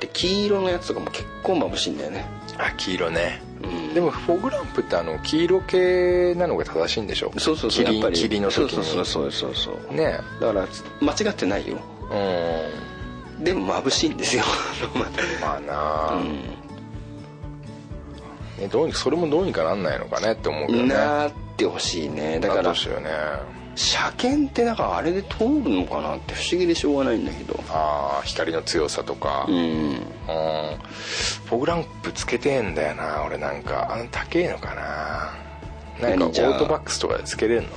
C: で黄色のやつとかも結構眩しいんだよね
D: あ黄色ね、
C: うん
D: でもフォグランプってあの黄色系なのが正しいんでしょ
C: そうそうそうや
D: 霧
C: っぱり
D: 霧の時に
C: そうそうそうそうそうそう
D: ね
C: だから間違ってないよ
D: え
C: でも眩しいんですよ
D: うんまあなあ、
C: う
D: ね、どうにそれもどうにかなんないのかねって思うけど
C: ん
D: ね
C: なってほしいねだか
D: なん
C: ら
D: としようね
C: 車検ってだからあれで通るのかなって不思議でしょうがないんだけど
D: ああ光の強さとか
C: う、ん
D: うんフォグランプつけてえんだよな俺なんかあの高えのかななんかオ
C: 何じゃあ
D: ートバックスとかでつけれんの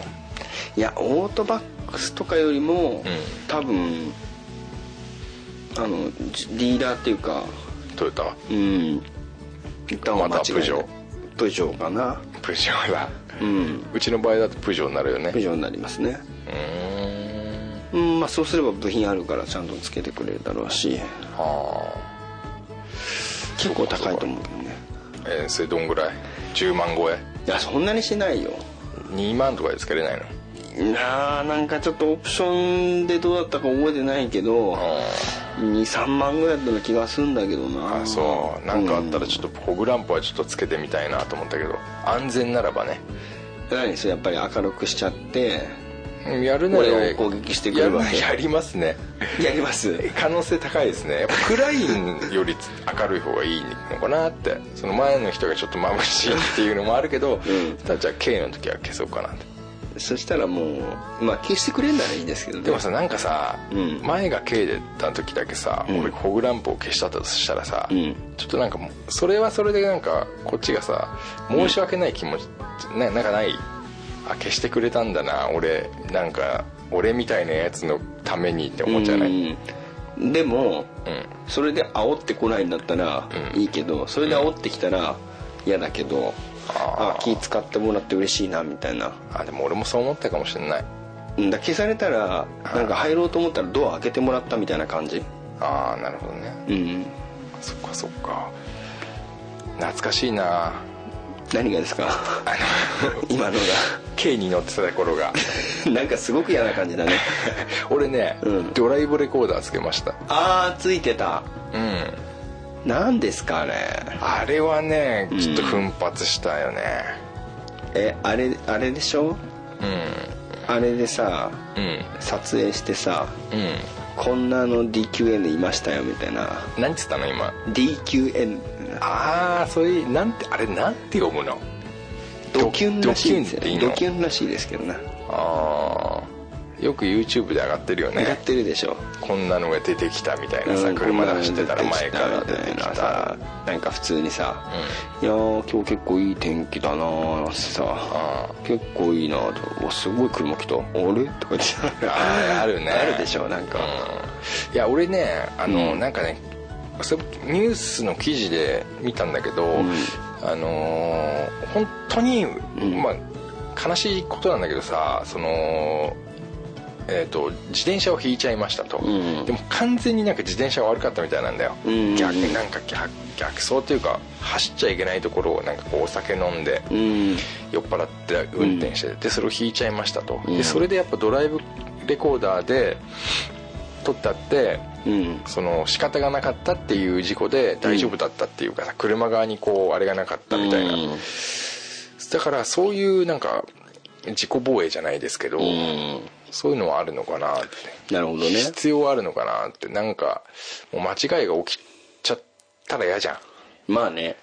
C: いやオートバックスとかよりも、多分あのじリーダーっていうか
D: トヨタ
C: うん一旦は間違いない
D: またプジョー
C: プジョーかな
D: プジョーだ
C: うん
D: うちの場合だとプジョーになるよね
C: プジョーになりますね
D: うーん
C: うんまあそうすれば部品あるからちゃんとつけてくれるだろうし
D: は
C: 結構高いと思うけどね
D: あえーそれどんぐらい10万超え
C: いやそんなにしないよ
D: 2万とかでつけれないの
C: なあなんかちょっとオプションでどうだったか覚えてないけど23万ぐらいだったような気がするんだけどな
D: あそうなんかあったら
C: うん
D: ちょっとフォグランプはちょっとつけてみたいなと思ったけど安全ならばね
C: 何それやっぱり明るくしちゃって
D: うんやるなら
C: 俺を攻撃してくるわけ
D: やるやりますね
C: やります
D: 可能性高いですねやっぱ暗いより明るい方がいいのかなってその前の人がちょっと眩しいっていうのもあるけど、
C: ん
D: ただじゃあ K の時は消そうかなって
C: そしたらもうまあ消してくれんならいいですけどね
D: でもさなんかさ、
C: うん
D: 前が K でた時だけさ、
C: ん
D: 俺フォグランプを消したとしたらさ、
C: うん
D: ちょっとなんかもうそれはそれでなんかこっちがさ申し訳ない気持ち、ななんかないあ消してくれたんだな俺なんか俺みたいなやつのためにって思っちゃわない、
C: うんでも
D: うん
C: それで煽ってこないんだったら
D: うん
C: いいけど、それで煽ってきたら嫌だけど、あ気使ってもらって嬉しいなみたいな
D: あでも俺もそう思ったかもしれない
C: うんだ消されたらなんか入ろうと思ったらドア開けてもらったみたいな感じ
D: ああなるほどね
C: うん
D: そっかそっか懐かしいな
C: 何がですか 今の
D: K に乗ってた頃が
C: がなんかすごく嫌な感じだね
D: 俺ね、
C: うん
D: ドライブレコーダーつけました
C: ああついてた
D: うん
C: 何ですかあれ
D: あれはねちょっと奮発したよね
C: えあれあれでしょあれでさ
D: うんうん
C: 撮影してさ
D: うん
C: こんなの DQN いましたよみたいな
D: 何つったの今
C: DQN
D: ああそういうなんてあれなんて読むの
C: ドキュンらしいんです
D: ドキュンってい
C: よ
D: いの
C: ドキュンらしいですけどな
D: ああよく YouTube で上がってるよ
C: 上がっ
D: ね
C: てるでしょ
D: こんなのが出てきたみたいなさ、
C: うん
D: 車で走ってたら前から出て
C: み
D: き
C: たいな
D: た
C: さなんか普通にさ「いやー今日結構いい天気だな」ってさ「結構いいな」と「おすごい車来たあれ?」とか言ってさ
D: あーあるね
C: あるでしょなんか
D: いや俺ねあの、
C: うん
D: なんかねそニュースの記事で見たんだけど、
C: ん
D: あのー本当に、
C: ん
D: まあ、悲しいことなんだけどさその、えー、と自転車を引いちゃいましたと、
C: ん
D: でも完全になんか自転車が悪かったみたいなんだよ、
C: うん
D: 逆なんか逆逆走というか走っちゃいけないところをなんかこうお酒飲んで
C: うん
D: 酔っ払って運転してて、でそれを引いちゃいましたと、
C: うん
D: でそれでやっぱドライブレコーダーで撮ったって
C: うん
D: その仕方がなかったっていう事故で大丈夫だったっていうかさ、車側にこうあれがなかったみたいな、
C: うん
D: だからそういうなんか自己防衛じゃないですけど、
C: うん
D: そういうのはあるのかなって
C: なるほどね
D: 必要はあるのかなってなんかもう間違いが起きちゃったら嫌じゃん
C: まあね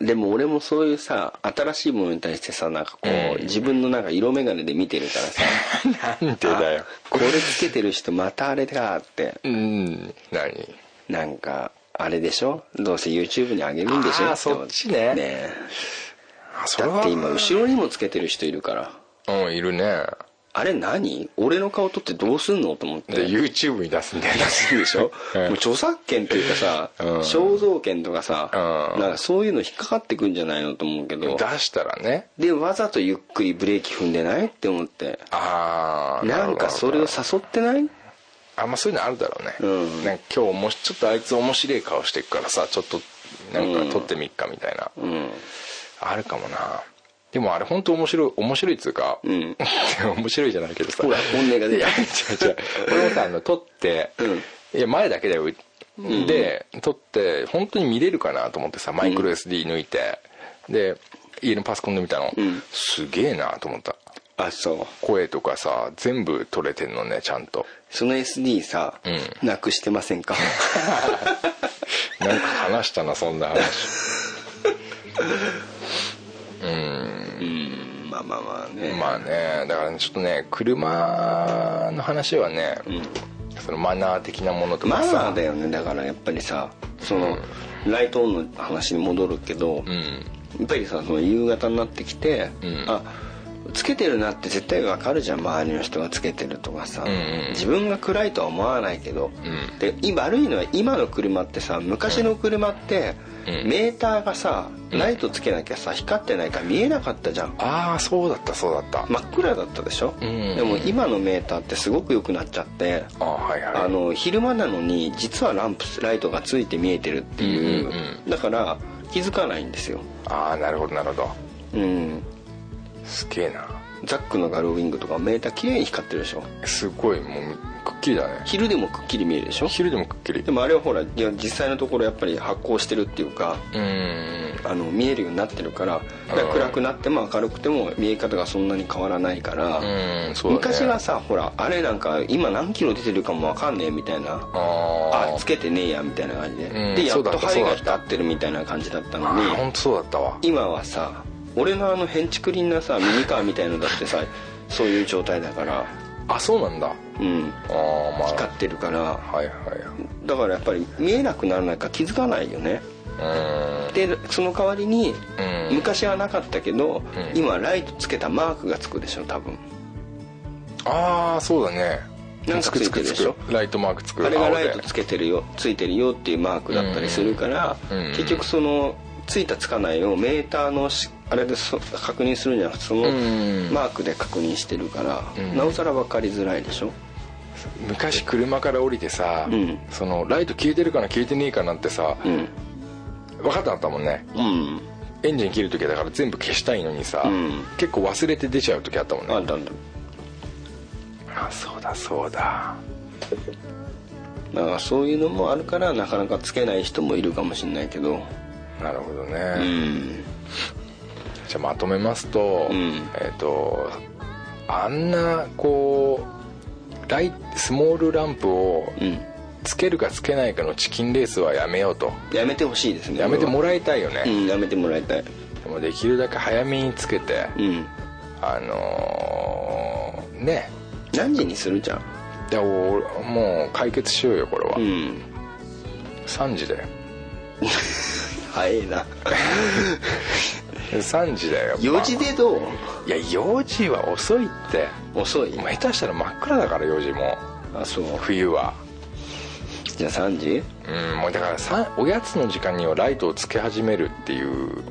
D: うん
C: でも俺もそういうさ新しいものに対してさなんかこう、
D: うん
C: 自分のなんか色眼鏡で見てるからさ
D: なんでだよ
C: あこれつけてる人またあれだって
D: うん何
C: なんかあれでしょどうせ YouTube にあげるんでしょ
D: あーそっちね
C: ね
D: あそれ
C: だ
D: は
C: って今後ろにもつけてる人いるから
D: うんいるね
C: あれ何俺の顔撮ってどうすんのと思って
D: で YouTube に出すんだよね
C: で しょ、
D: うん
C: もう著作権っていうかさ、
D: うん
C: 肖像権とかさ、
D: うん
C: なんかそういうの引っかかってくんじゃないのと思うけど
D: 出したらね
C: でわざとゆっくりブレーキ踏んでないって思って
D: ああ
C: なんかそれを誘ってない
D: あんまそういうのあるだろうね、
C: うん
D: なんか今日もしちょっとあいつ面白い顔してるからさちょっとなんか撮ってみっかみたいな、
C: うん
D: あるかもなでもあれ本当面白い面白いっつうか、
C: うん
D: 面白いじゃないけどさ
C: ほら本音が出
D: い
C: た
D: や違う違う俺もさあの撮って、いや前だけだよ、で撮って本当に見れるかなと思ってさマイクロ SD 抜いて、で家のパソコンで見たの、
C: ん
D: すげえなと思った
C: あそう
D: 声とかさ全部撮れてんのねちゃんと
C: その SD さ、
D: う
C: なくしてませんか
D: なんか話したなそんな 話
C: まあまあまあね、
D: まあねだからねちょっとね車の話はね、そのマナー的なものと
C: マ
D: かさ
C: ナーだよねだからやっぱりさその、ライトオンの話に戻るけど、
D: う
C: や
D: ん
C: っぱりさその夕方になってきて、
D: ん
C: あつけてるなって絶対わかるじゃん周りの人がつけてるとかさ、
D: んうん
C: 自分が暗いとは思わないけど、で今悪いのは今の車ってさ昔の車って、
D: うん
C: メーターがさライトつけなきゃさ光ってないから見えなかったじゃん
D: ああそうだったそうだった、
C: 真っ暗だったでしょ、
D: うん
C: でも今のメーターってすごく良くなっちゃって
D: ああはいはい
C: あの昼間なのに実はランプライトがついて見えてるっていう,、
D: うんうん
C: だから気づかないんですよ
D: ああなるほどなるほど
C: うん
D: すげえな
C: ザックのガルウィングとかメーター綺麗に光ってるでしょ
D: すごいもうくっきりだね
C: 昼でもくっきり見えるでしょ
D: 昼でもくっきり
C: でもあれはほらいや実際のところやっぱり発光してるっていうか
D: うーん
C: あの見えるようになってるからだから暗くなっても明るくても見え方がそんなに変わらないから、
D: うんそうだ、ね、
C: 昔はさほらあれなんか今何キロ出てるかもわかんねえみたいな
D: あ
C: あつけてねえやみたいな感じで、
D: うん
C: でや
D: そ
C: っ
D: うだっ
C: と
D: た
C: 針が
D: そうだ
C: 光
D: った
C: ってるみたいな感じだった
D: あ
C: の
D: ー
C: に
D: 本当そうだったわ
C: 今はさ俺のあのヘンチクリンなさミニカーみたいのだってさそういう状態だから
D: あそうなんだあ
C: うん
D: あまあ
C: 光ってるから
D: はいはい
C: だからやっぱり見えなくならないから気づかないよね
D: うーん
C: でその代わりに
D: うん
C: 昔はなかったけど、
D: うん
C: 今ライトつけたマークがつくでしょ多分
D: ああそうだね
C: なんかついてるでしょ
D: つくつくつくライトマークつく
C: あれが
D: 青
C: ラ
D: で
C: イトつけてるよついてるよっていうマークだったりするから、
D: うんうん
C: 結局そのついたつかないをメーターのしあれでそ確認するんじゃなくてその
D: うん
C: マークで確認してるから、
D: うん
C: なおさら分かりづらいでしょ
D: 昔車から降りてさ、
C: うん
D: そのライト消えてるかな消えてねえかなってさ、
C: うん
D: 分かったんだもんね
C: うん
D: エンジン切る時はだから全部消したいのにさ、
C: うん
D: 結構忘れて出ちゃう時あったもんね
C: あんたんだ
D: あそうだそうだ
C: だからそういうのもあるからなかなかつけない人もいるかもしれないけど
D: なるほどね、
C: うん
D: じゃあまとめますと、
C: うん
D: えっ、とあんなこうライスモールランプを
C: うん
D: つけるかつけないかのチキンレースはやめようと
C: やめてほしいですね
D: やめても
C: ら
D: らいたいよね、
C: うんやめてもらいたい
D: でもできるだけ早めにつけて、
C: うん
D: あのーね
C: 何時にするじゃん
D: でおもう解決しようよこれは、
C: うん
D: 3時だよ
C: 早い な
D: 3時だよ
C: 4時でどう
D: いや4時は遅いって
C: 遅い
D: 今下手したら真っ暗だから4時も
C: あそう
D: 冬は
C: じゃあ3時
D: うんもうだからさおやつの時間にはライトをつけ始めるっていう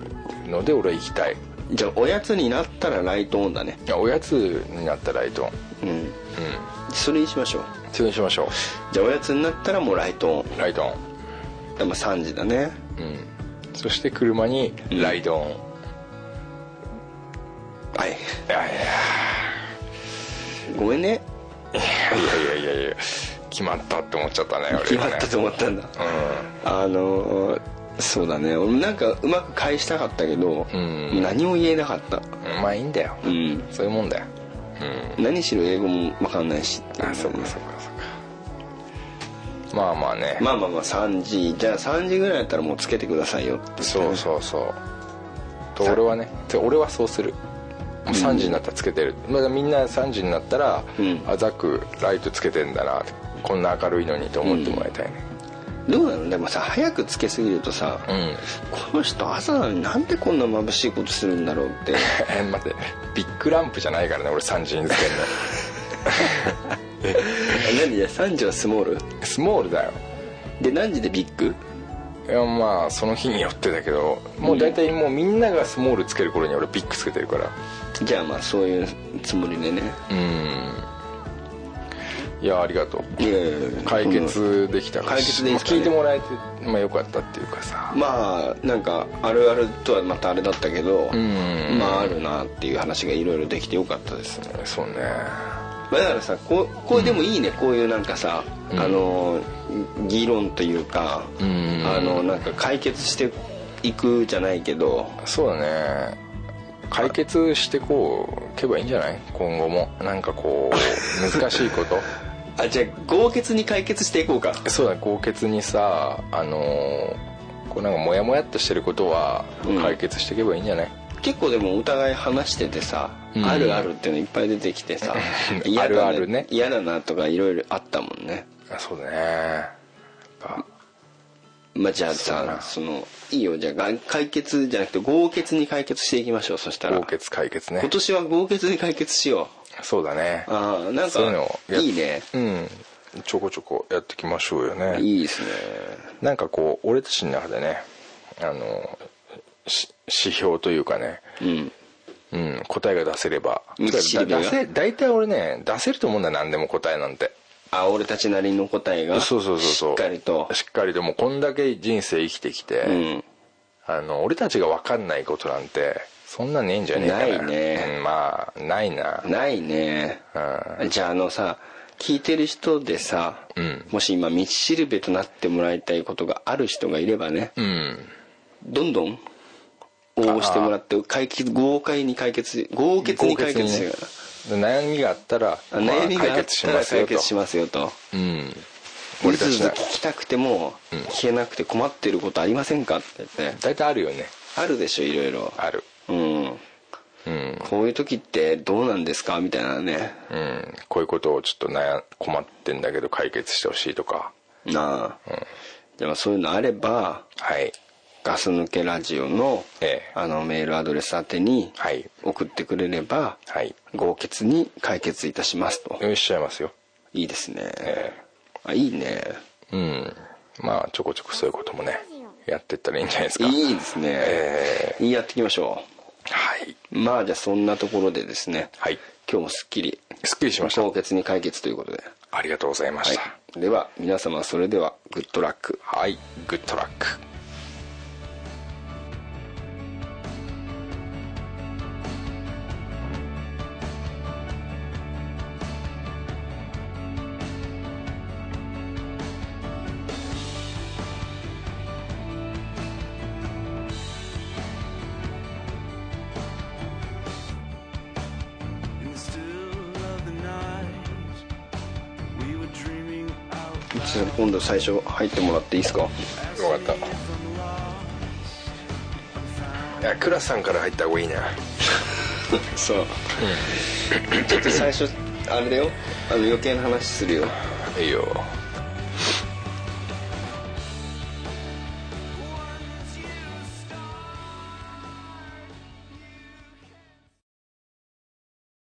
D: ので俺は行きたい
C: じゃあおやつになったらライトオンだね
D: いやおやつになったらライトオン
C: うん
D: う
C: それにしましょうん
D: それにしましょ
C: じゃあおやつになったらもうライトオン
D: うライトオン
C: でも3時だね
D: うんそして車にライドオン、
C: はい
D: いやいや
C: ごめんね
D: いやいやいやいや決まったって思っちゃったね俺ね
C: 決まったと思ったんだあのーそうだね俺もなんかうまく返したかったけど、
D: うん
C: 何も言えなかった
D: うんまあいいんだよ、
C: うん
D: そういうもんだよ
C: 何しろ英語も分かんないしっていう
D: あそうかそうかそうかまあまあね、
C: まあまあまあ3時じゃあ3時ぐらいだったらもうつけてくださいよって言って
D: そうそうそうと俺はねて俺はそうするもう3時になったらつけてる、まだみんな3時になったら、
C: うん
D: あザックライトつけてんだなってこんな明るいのにと思ってもらいたいね
C: どうなのでもさ早くつけすぎるとさ、
D: うん、
C: この人朝なのになんでこんな眩しいことするんだろうって
D: え待ってビッグランプじゃないからね俺3時につける
C: 何じゃ3時はスモール
D: のスモールだよ
C: で何時でビッグ
D: いやまあその日によってだけどもう大体もうみんながスモールつける頃に俺ビッグつけてるから
C: じゃあまあそういうつもりでね
D: うんいやありがとう
C: いやいやいや
D: 解決できた
C: 解決できたね
D: 聞いてもらえて、まあ、よかったっていうかさ
C: まあなんかあるあるとはまたあれだったけど、
D: ん
C: まああるなっていう話がいろいろできてよかったですね、
D: そうね
C: まあ、だからさこうこうでもいいね、こういうなんかさ、
D: ん
C: あの議論というか、
D: うん
C: あのなんか解決していくじゃないけど
D: そうだね解決してこういけばいいんじゃない今後もなんかこ う難しいこと
C: あじゃあ豪傑に解決していこうか
D: そうだ豪傑にさあのーこうなんかモヤモヤっとしてることは
C: うん
D: 解決していけばいいんじゃない、
C: 結構でもお互い話しててさ、
D: うん
C: あるあるっていうのいっぱい出てきてさ
D: うん
C: 嫌だ
D: あるあるね
C: 嫌だなとかいろいろあったもんね
D: あそうだねやっぱ
C: まあ、じゃあ
D: そうだ
C: さ
D: な
C: そのいいよじゃあが解決じゃなくて豪傑に解決していきましょうそしたら
D: 豪傑解決ね
C: 今年は豪傑に解決しよ
D: そうだね
C: うああなん
D: そういうのを
C: か
D: やっ
C: いいね
D: うんちょこちょこやっていきましょうよね
C: いいですね
D: なんかこう俺たちの中でねあのし指標というかね、
C: うん
D: うん、答えが出せれば
C: 道しるべが
D: だ出せ大体俺ね出せると思うんだよ何でも答えなんて
C: あ俺たちなりの答えが
D: そうそうそうそう
C: しっかりと
D: しっかりともうこんだけ人生生きてきて、
C: うん
D: あの俺たちが分かんないことなんてそんなねえんじゃねえかな
C: ないね
D: うんまあないな
C: ないねじゃああのさ聞いてる人でさ、
D: うん
C: もし今道しるべとなってもらいたいことがある人がいればね
D: うん
C: どんどん応募してもらって解決豪快に解決豪傑に解決して
D: ね
C: ください
D: 悩みがあったら、
C: あ悩みが
D: まあ
C: あ
D: 解
C: っ
D: 決したま
C: ら
D: す
C: 解
D: よと
C: 決しますよと
D: うん
C: 俺
D: 俺
C: た
D: たち
C: ち
D: な
C: 聞きたくても聞けなくて困ってることありませんかって言って
D: 大体あるよね
C: あるでしょいろいろ
D: ある
C: うん
D: うん
C: こういう時ってどうなんですかみたいなね
D: うん、こういうことをちょっと悩困ってんだけど解決してほしいとか
C: なあじゃあまあそういうのあれば
D: はい
C: ガス抜けラジオの
D: ええ
C: あのメールアドレス宛てに
D: はい
C: 送ってくれれば
D: はい
C: 豪傑に解決いたしますと
D: よしちゃいますよ
C: いいですね
D: え
C: あいいね
D: うんまあちょこちょこそういうこともねやってったらいいんじゃないですか
C: いいです
D: え
C: ねいいやっていきましょ
D: はい、
C: うまあじゃあそんなところでですね
D: はい、
C: 今日もすっきり
D: すっきりしました
C: 凍結に解決ということで、
D: ありがとうございました
C: はい、では皆様それではグッドラック
D: はい、グッドラック
C: ちょっと今度最初入ってもらっていいですか
D: 分かったいやクラスさんから入った方がいいな
C: そうちょっと最初あれだよあの余計な話するよ
D: いいよ